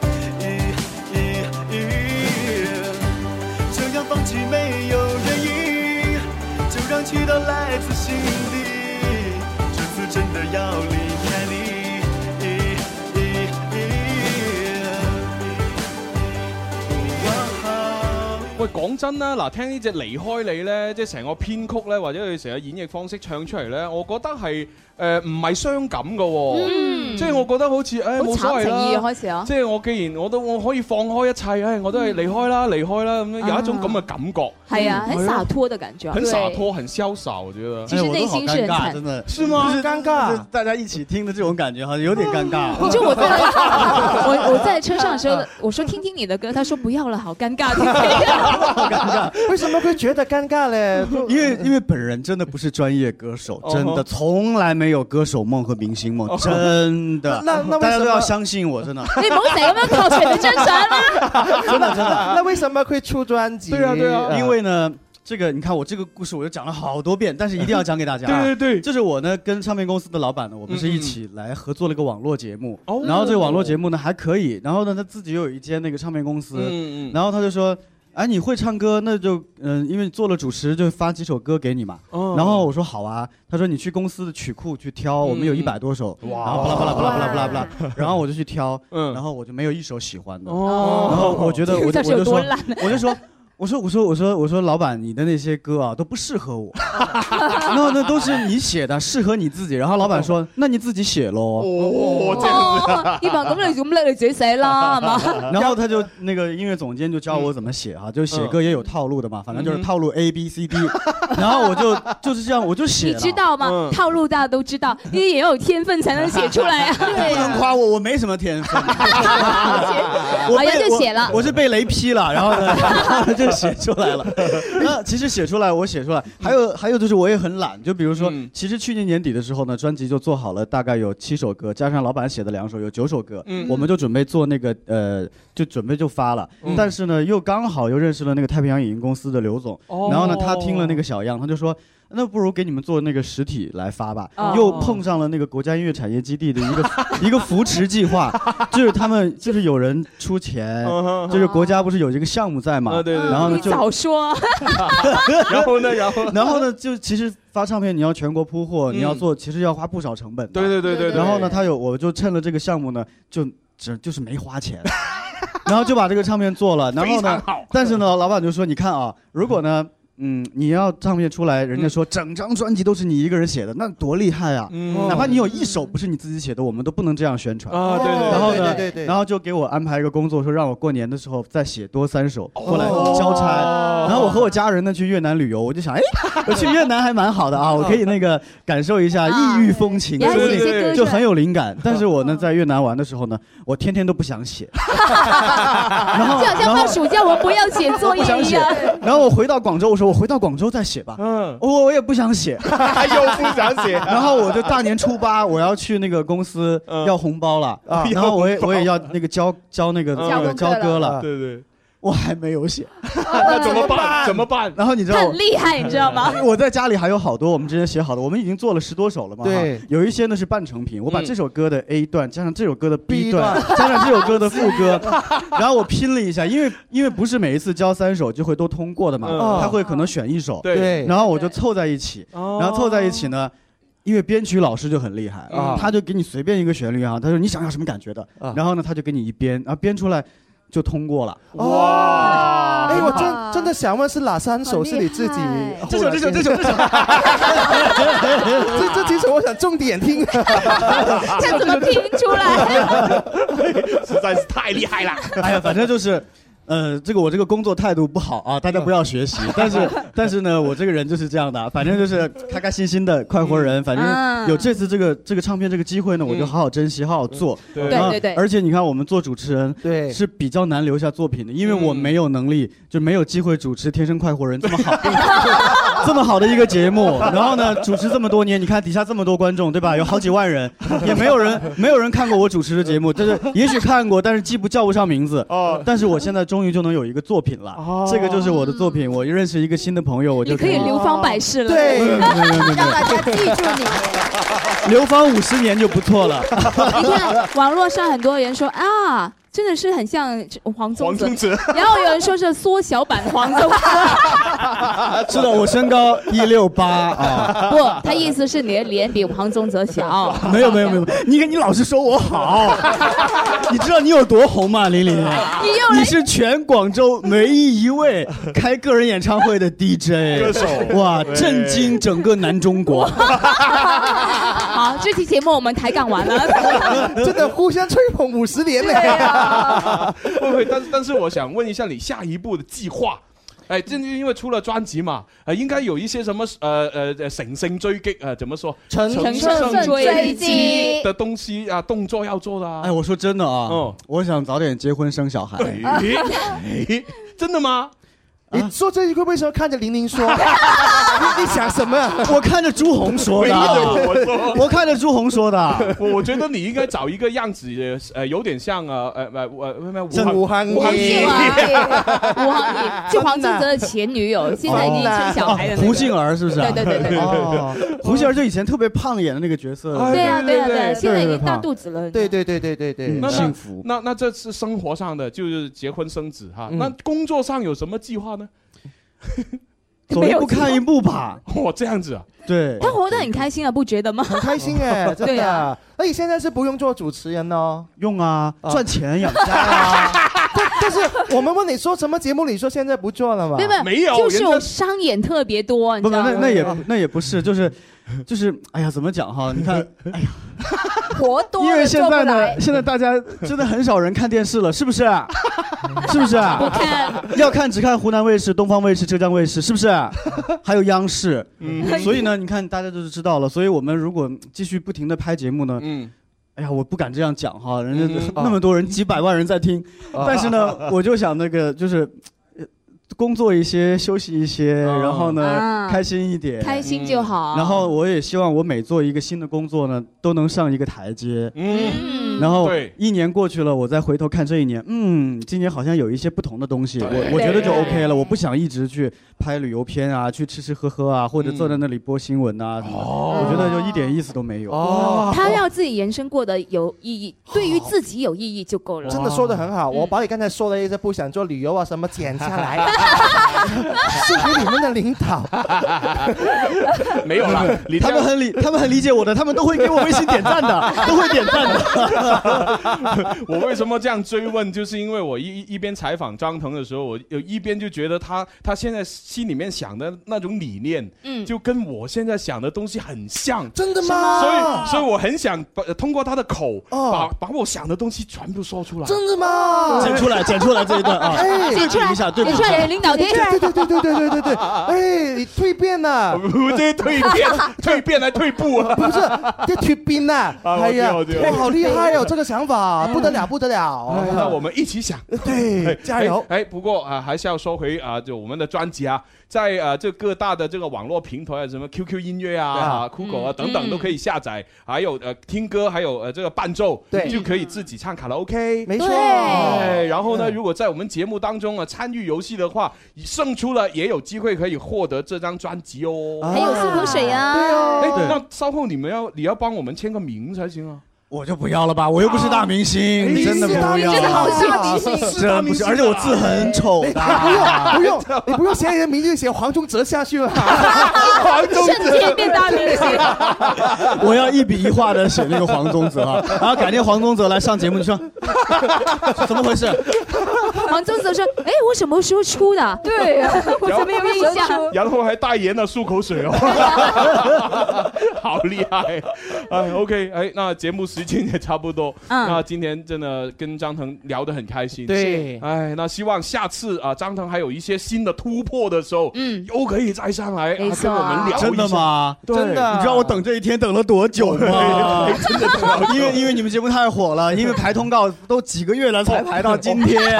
这样放弃没有原因，就让祈祷来自心底。这次真的要离开你。喂，講真啦，嗱，聽呢只離開你咧，即係成個編曲咧，或者佢成個演繹方式唱出嚟咧，我覺得係誒唔係傷感嘅喎，嗯即係我覺得好似誒好冇所慘謂情意啊啦，開始啊即係我既然我都我可以放開一切，誒我都係離開啦，離開啦咁樣，有一種咁嘅感覺。系嗯啊，嗯很洒脱的感觉，啊很洒脱，很潇洒，我觉得。哎其实内心是很惨真的是吗就是尴尬就是大家一起听的这种感觉，好像有点尴尬。 就我在 我我在车上的时候，我说听听你的歌，他说不要了，好 尴尬。听听你的 为什么会觉得尴尬嘞？ 因为因为本人真的不是专业歌手，真哦吼的从来没有歌手梦和明星梦哦，吼真的。那那那大为什么家都要相信我，真 的。你唔好成日咁樣靠牆壁張相 啦真的真的。 那为什么会出专辑？啊啊因为呢。这个你看，我这个故事我就讲了好多遍，但是一定要讲给大家。啊对对对，这是我呢跟唱片公司的老板呢，我们是一起来合作了一个网络节目。哦然后这个网络节目呢还可以，然后呢他自己又有一间那个唱片公司，嗯嗯然后他就说，哎你会唱歌，那就嗯、因为你做了主持，就发几首歌给你嘛。哦然后我说好啊，他说你去公司的曲库去挑，嗯我们有一百多首，哇然后巴拉巴拉巴拉巴拉巴拉巴拉，然后我就去挑，嗯然后我就没有一首喜欢的。然后我觉得 我就到我底有就哦多说烂呢，我就说。我说我说我说我说老板，你的那些歌啊都不适合我，那那都是你写的，适合你自己。然后老板说，那你自己写喽。哦这样子哦啊葉文咁你咁叻，你自己寫 啦，係嘛？ 然后他就那个音乐总监就教我怎么写哈、就是写歌也有套路的嘛，反正就是套路 A B C D。然后我就就是这样，我就写你了。！知道嗯吗？套路大家都知道，你也有天分才能写出来啊 不能夸我，我没什么天分。我哎呀被就写了我，我是被雷劈了，然后 呢就写出来了。那其实写出来，我写出来，还有还有就是我也很懒，就比如说，嗯其实去年年底的时候呢，专辑就做好了，大概有七首歌，加上老板写的两首，有九首歌嗯，我们就准备做那个呃，就准备就发了。嗯但是呢，又刚好又认识了那个太平洋影音公司的刘总哦，然后呢，他听了那个小样，他就说。那不如给你们做那个实体来发吧。哦又碰上了那个国家音乐产业基地的一个 一个扶持计划， 就是他们就是有人出钱嗯哼，啊就是国家不是有这个项目在嘛？对对对啊然后呢嗯你就早说， 然后呢，然后 嗯然后呢，就其实发唱片你要全国铺货，你要做，其实要花不少成本的。对对对对对然后呢，他有我就趁了这个项目呢，就只就是没 花钱，然后就把这个唱片做了。然后非常呢好，但是呢，老板就说，你看啊，如果呢。嗯，你要唱片出来，人家嗯说整张专辑都是你一个人写的，那多厉害啊！哪怕你有一首不是你自己写的，我们都不能这样宣传啊对对对然后对呢，对对对然后就给我安排一个工作，说让我过年的时候再写多三首哦过来交差。哦然后我和我家人呢去越南旅游，我就想，哎， 我去越南还蛮好嗯的啊，我可以那个感受一下异域风情，对说不对对对定就很有灵嗯感。但是我呢，在越南玩的时候呢，我天天都不 想写，然后就好像放暑假我不要写作业不想一写样。。然后我回到广州，我说我回到广州再写吧。嗯，我我也不 想写，又不想写 然后我就大年初八我要去那个公司嗯要红 包了，啊然后我也要红包我也要那个交交那个嗯那个交割了。对对，我还没有写，那怎么办？怎么办？然后你知道我很厉害你知道吗 我在家里还有好多我们之前写好的，我们已经做了十多首了嘛。对哈，有一些呢是半成品，我把嗯这首歌的 A 段加上这首歌的 B 段 B，段加上这首歌的副歌， 然后我拼了一下，因为因为不是每一次交三首就会都通过的嘛嗯，他会可能选一首，对然后我就凑在一起，哦然后凑在一起呢。因为编曲老师就很厉害啊他就给你随便一个旋律啊，他说你想要什么感觉的，然后呢他就给你一编，啊编出来就通过了。哇！哎，我真真的想问，是哪三首是你自己？这首这首这首这首， 这这几首我想重 点听。看看怎么拼出来。实在是太厉害了。 哎呀，反正就是，呃，这个我这个工作态度不好啊，大家不要学习。但是但是呢，我这个人就是这样的，啊反正就是开开心心的快活嗯人。反啊正有这次这个这个唱片这个机会呢，我就好好珍惜，好好做。嗯对然后对对对而且你看，我们做主持人对嗯是比较难留下作品的，因为我没有能力，就没有机会主持《天生快活人》这么好。 这么好的一个节目，然后呢，主持这么多年，你看底下这么多观众，对吧？有好几万人，也没有人没有人看过我主持的节目，但是也许看过，但是记不叫不上名字。哦，但是我现在终于就能有一个作品了，哦这个就是我的作品。我认识一个新的朋友，我就你可以流芳百世了，对对对对对让大家记住你。流芳五十年就不 错了。你看网络上很多人说啊，真的是很像黄宗泽，黄宗泽然后有人说是缩小版黄宗泽，是的，我身高一六八啊。不，他意思是你的脸比黄宗泽小。没有没有没有，你你老是说我好，你知道你有多红吗？林林，你又来你是全广州唯一一位开个人演唱会的 DJ 歌手哇，对震惊整个南中国。好，这期节目我们抬杠完了，真的互相吹捧五十年嘞。 会不会？但是但是我想问一下你下一步的计划。哎，这因为出了专辑嘛，呃，应该有一些什么呃呃呃乘胜追击呃，怎么说？乘胜追击的东西啊，动作要做的啊。哎，我说真的啊，我想早点结婚生小孩。咦，真的吗？你说这一句为什么看着玲 玲说？你你想什么？我看着朱红说的啊，没有我说我看着朱红说的。 我我觉得你应该找一个样子，呃，有点像呃呃呃呃呃，像武武汉武汉爷吴黄你就黄宗泽的前女友，现在已经生小孩的那啊胡个。杏儿是不是啊？对对对对对哦，胡杏儿就以前特别胖演的那个角色。对啊对啊对啊，现在已特别经大胖肚子了。对对对对对对，那幸福。那那这是生活上的，就是结婚生子哈。嗯那工作上有什么计划呢？ 走一步看一步吧。哇，这样子啊， 对，他活得很开心啊，不觉得吗？很开心哎，真对啊，的。那你现在是不用做主持人哦？用啊，赚钱养家啊。 但但是我们问你说什么节目，你说现在不做了吗？没有就是我商演特别多，你不知不，道吗那？那也那也不是，就是就是，哎呀，怎么讲哈？你看，哎呀，活多因为现了在呢，现在大家真的很少人看电视了，是不是？是不是？不看，要看只看湖南卫视、东方卫视、浙江卫视，是不是？还有央视。嗯 所以呢，你看大家都是知道了。所以我们如果继续不停的拍节目呢，嗯。哎呀，我不敢这样讲哈，人家嗯那么多人，几百万人在听，啊 但是呢，我就想那个就是，呃工作一些，休息一些，哦然后呢啊，开心一点，开心就嗯好。然后我也希望我每做一个新的工作呢，都能上一个台阶。嗯，嗯然后对一年过去了，我再回头看这一年，嗯，今年好像有一些不同的东西，对我我觉得就对 OK 了。我不想一直去拍旅游片啊，去吃吃喝喝嗯啊，或者坐在那里播新闻啊什么的，哦我觉得就一点意思都没有。哦他让自己人生过得有意义，哦对于自己有意义就啊够了。嗯真的说的很嗯好，我把你刚才说的一些不想做旅游啊什么剪下 来，是给你们的领导。 没有 啦，李他们很理，他们很理解我的，他们都会给我微信点 赞的，都会点赞的。我为什么这样追问？就是因为我一一边采访张腾的时候，我有一边就觉得他他现在心里面想的那种理念，嗯就跟我现在想的东西很像。真的吗所以所以我很想把通过他的口，哦把把我想的东西全部说出来。真的吗？剪出来，剪出来这一段啊 哎，对比一下，对比一下。对对对对对对对对对，哎，你蜕变了，不对，蜕变， 蜕变还退步啊！不是，这蜕 变了，啊我哎呀，知道我知道哇，好厉害哦，这个想法不得了，不得嗯了。那我们一起想，哎 对，加油！哎，哎不过啊，还是要说回啊，就我们的专辑啊，在啊这各大的这个网络平台啊，什么 QQ 音乐啊、对啊啊酷狗啊嗯等等嗯都可以下载，还有呃听歌，还有呃这个伴奏，对就可以自己唱卡拉 OK，没错对然后呢，嗯如果在我们节目当中啊参与游戏的话，胜出了也有机会可以获得这张专辑哦，还有漱口水啊对哦哎，对那稍后你们要你要帮我们签个名才行啊。我就 不要了吧，我又不是大明星，你真的哎是不大要，明星真不是，而且我字很丑 的。啊哎啊不用 不用，你不用写你的名字，写黄宗泽下去了。黄宗泽啊瞬间变大明 星。我要一笔一画的写那个黄宗泽啊，然后改天黄宗泽来上节目，你说怎么回事？黄宗 泽说：“哎，我什么时候出的？对啊我怎么有印象？然后还代言了漱口水哦，好厉害！哎，OK，哎，那节目时间也差不多，嗯那今天真的跟张腾聊得很开心，对哎，那希望下次啊，张腾还有一些新的突破的时候，嗯，又可以再上来、啊、没错跟我们聊一下，真的吗？对，？你知道我等这一天等了多久吗真的等好久 因为因为你们节目太火了，因为排通告都几个月了才排到今天。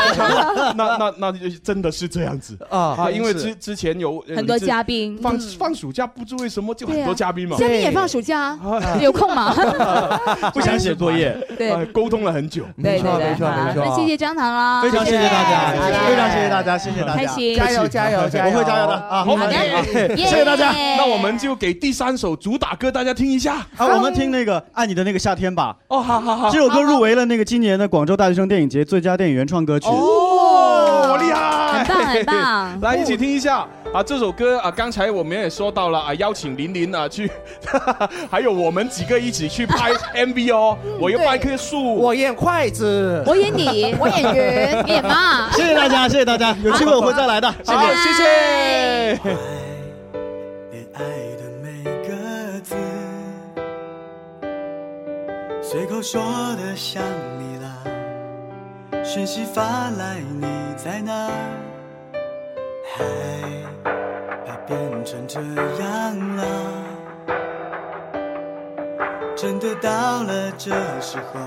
那那那就真的是这样子啊啊！真因为是之之前有呃很多你知嘉宾放嗯放暑假，不知为什么就对很啊多嘉宾嘛，嘉宾也放暑假 啊，有空 吗？ 不想写作业，对哎沟通了很久，对对对，好那谢谢张唐啦，非常谢谢大家谢谢非常谢谢大家谢谢大家开心，加油加油加油我会加油的啊好好的好耶谢谢大家。那我们就给第三首主打歌大家听一下啊，我们听那个《爱你的那个夏天》吧。哦，好好好，这首歌入围了那个今年的广州大学生电影节最佳电影原创歌曲。哦，厉害，很棒很棒 来一起听一下啊，这首歌啊，刚才我们也说到了啊，邀请林林啊去， 还有我们几个一起去 拍 MV 哦。我又对搬一棵树，我演筷子，我演你，我 演人，你演妈。谢谢大家，谢谢大家，有机会我会再来的。谢好，谢谢。个字，随口说的想你啦，讯息发来你在哪？嗨，怕变成这样了，真的到了这时候，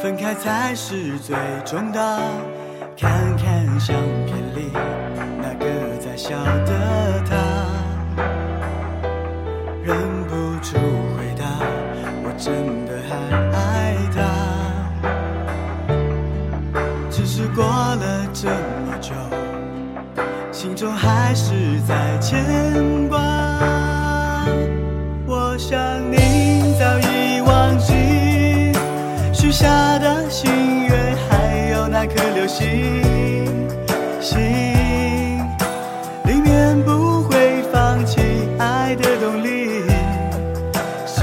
分开才是最重的。看看相片里那个在笑的他。忍不住回答，我真的还爱他。只是过了这么久，心中还是在牵挂。我想你早已忘记许下的心愿，还有那颗流星星。里面不会放弃爱的动力。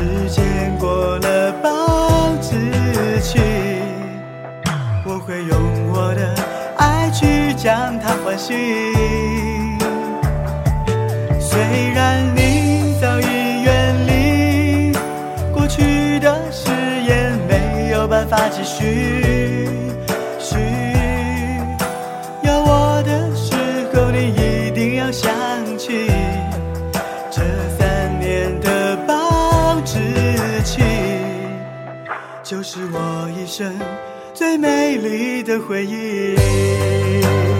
时间过了保质期，我会用我的爱去将它唤醒。虽然你早已远离，过去的誓言没有办法继续。续要我的时候，你一定要想起这三年的保质期，就是我一生最美丽的回忆。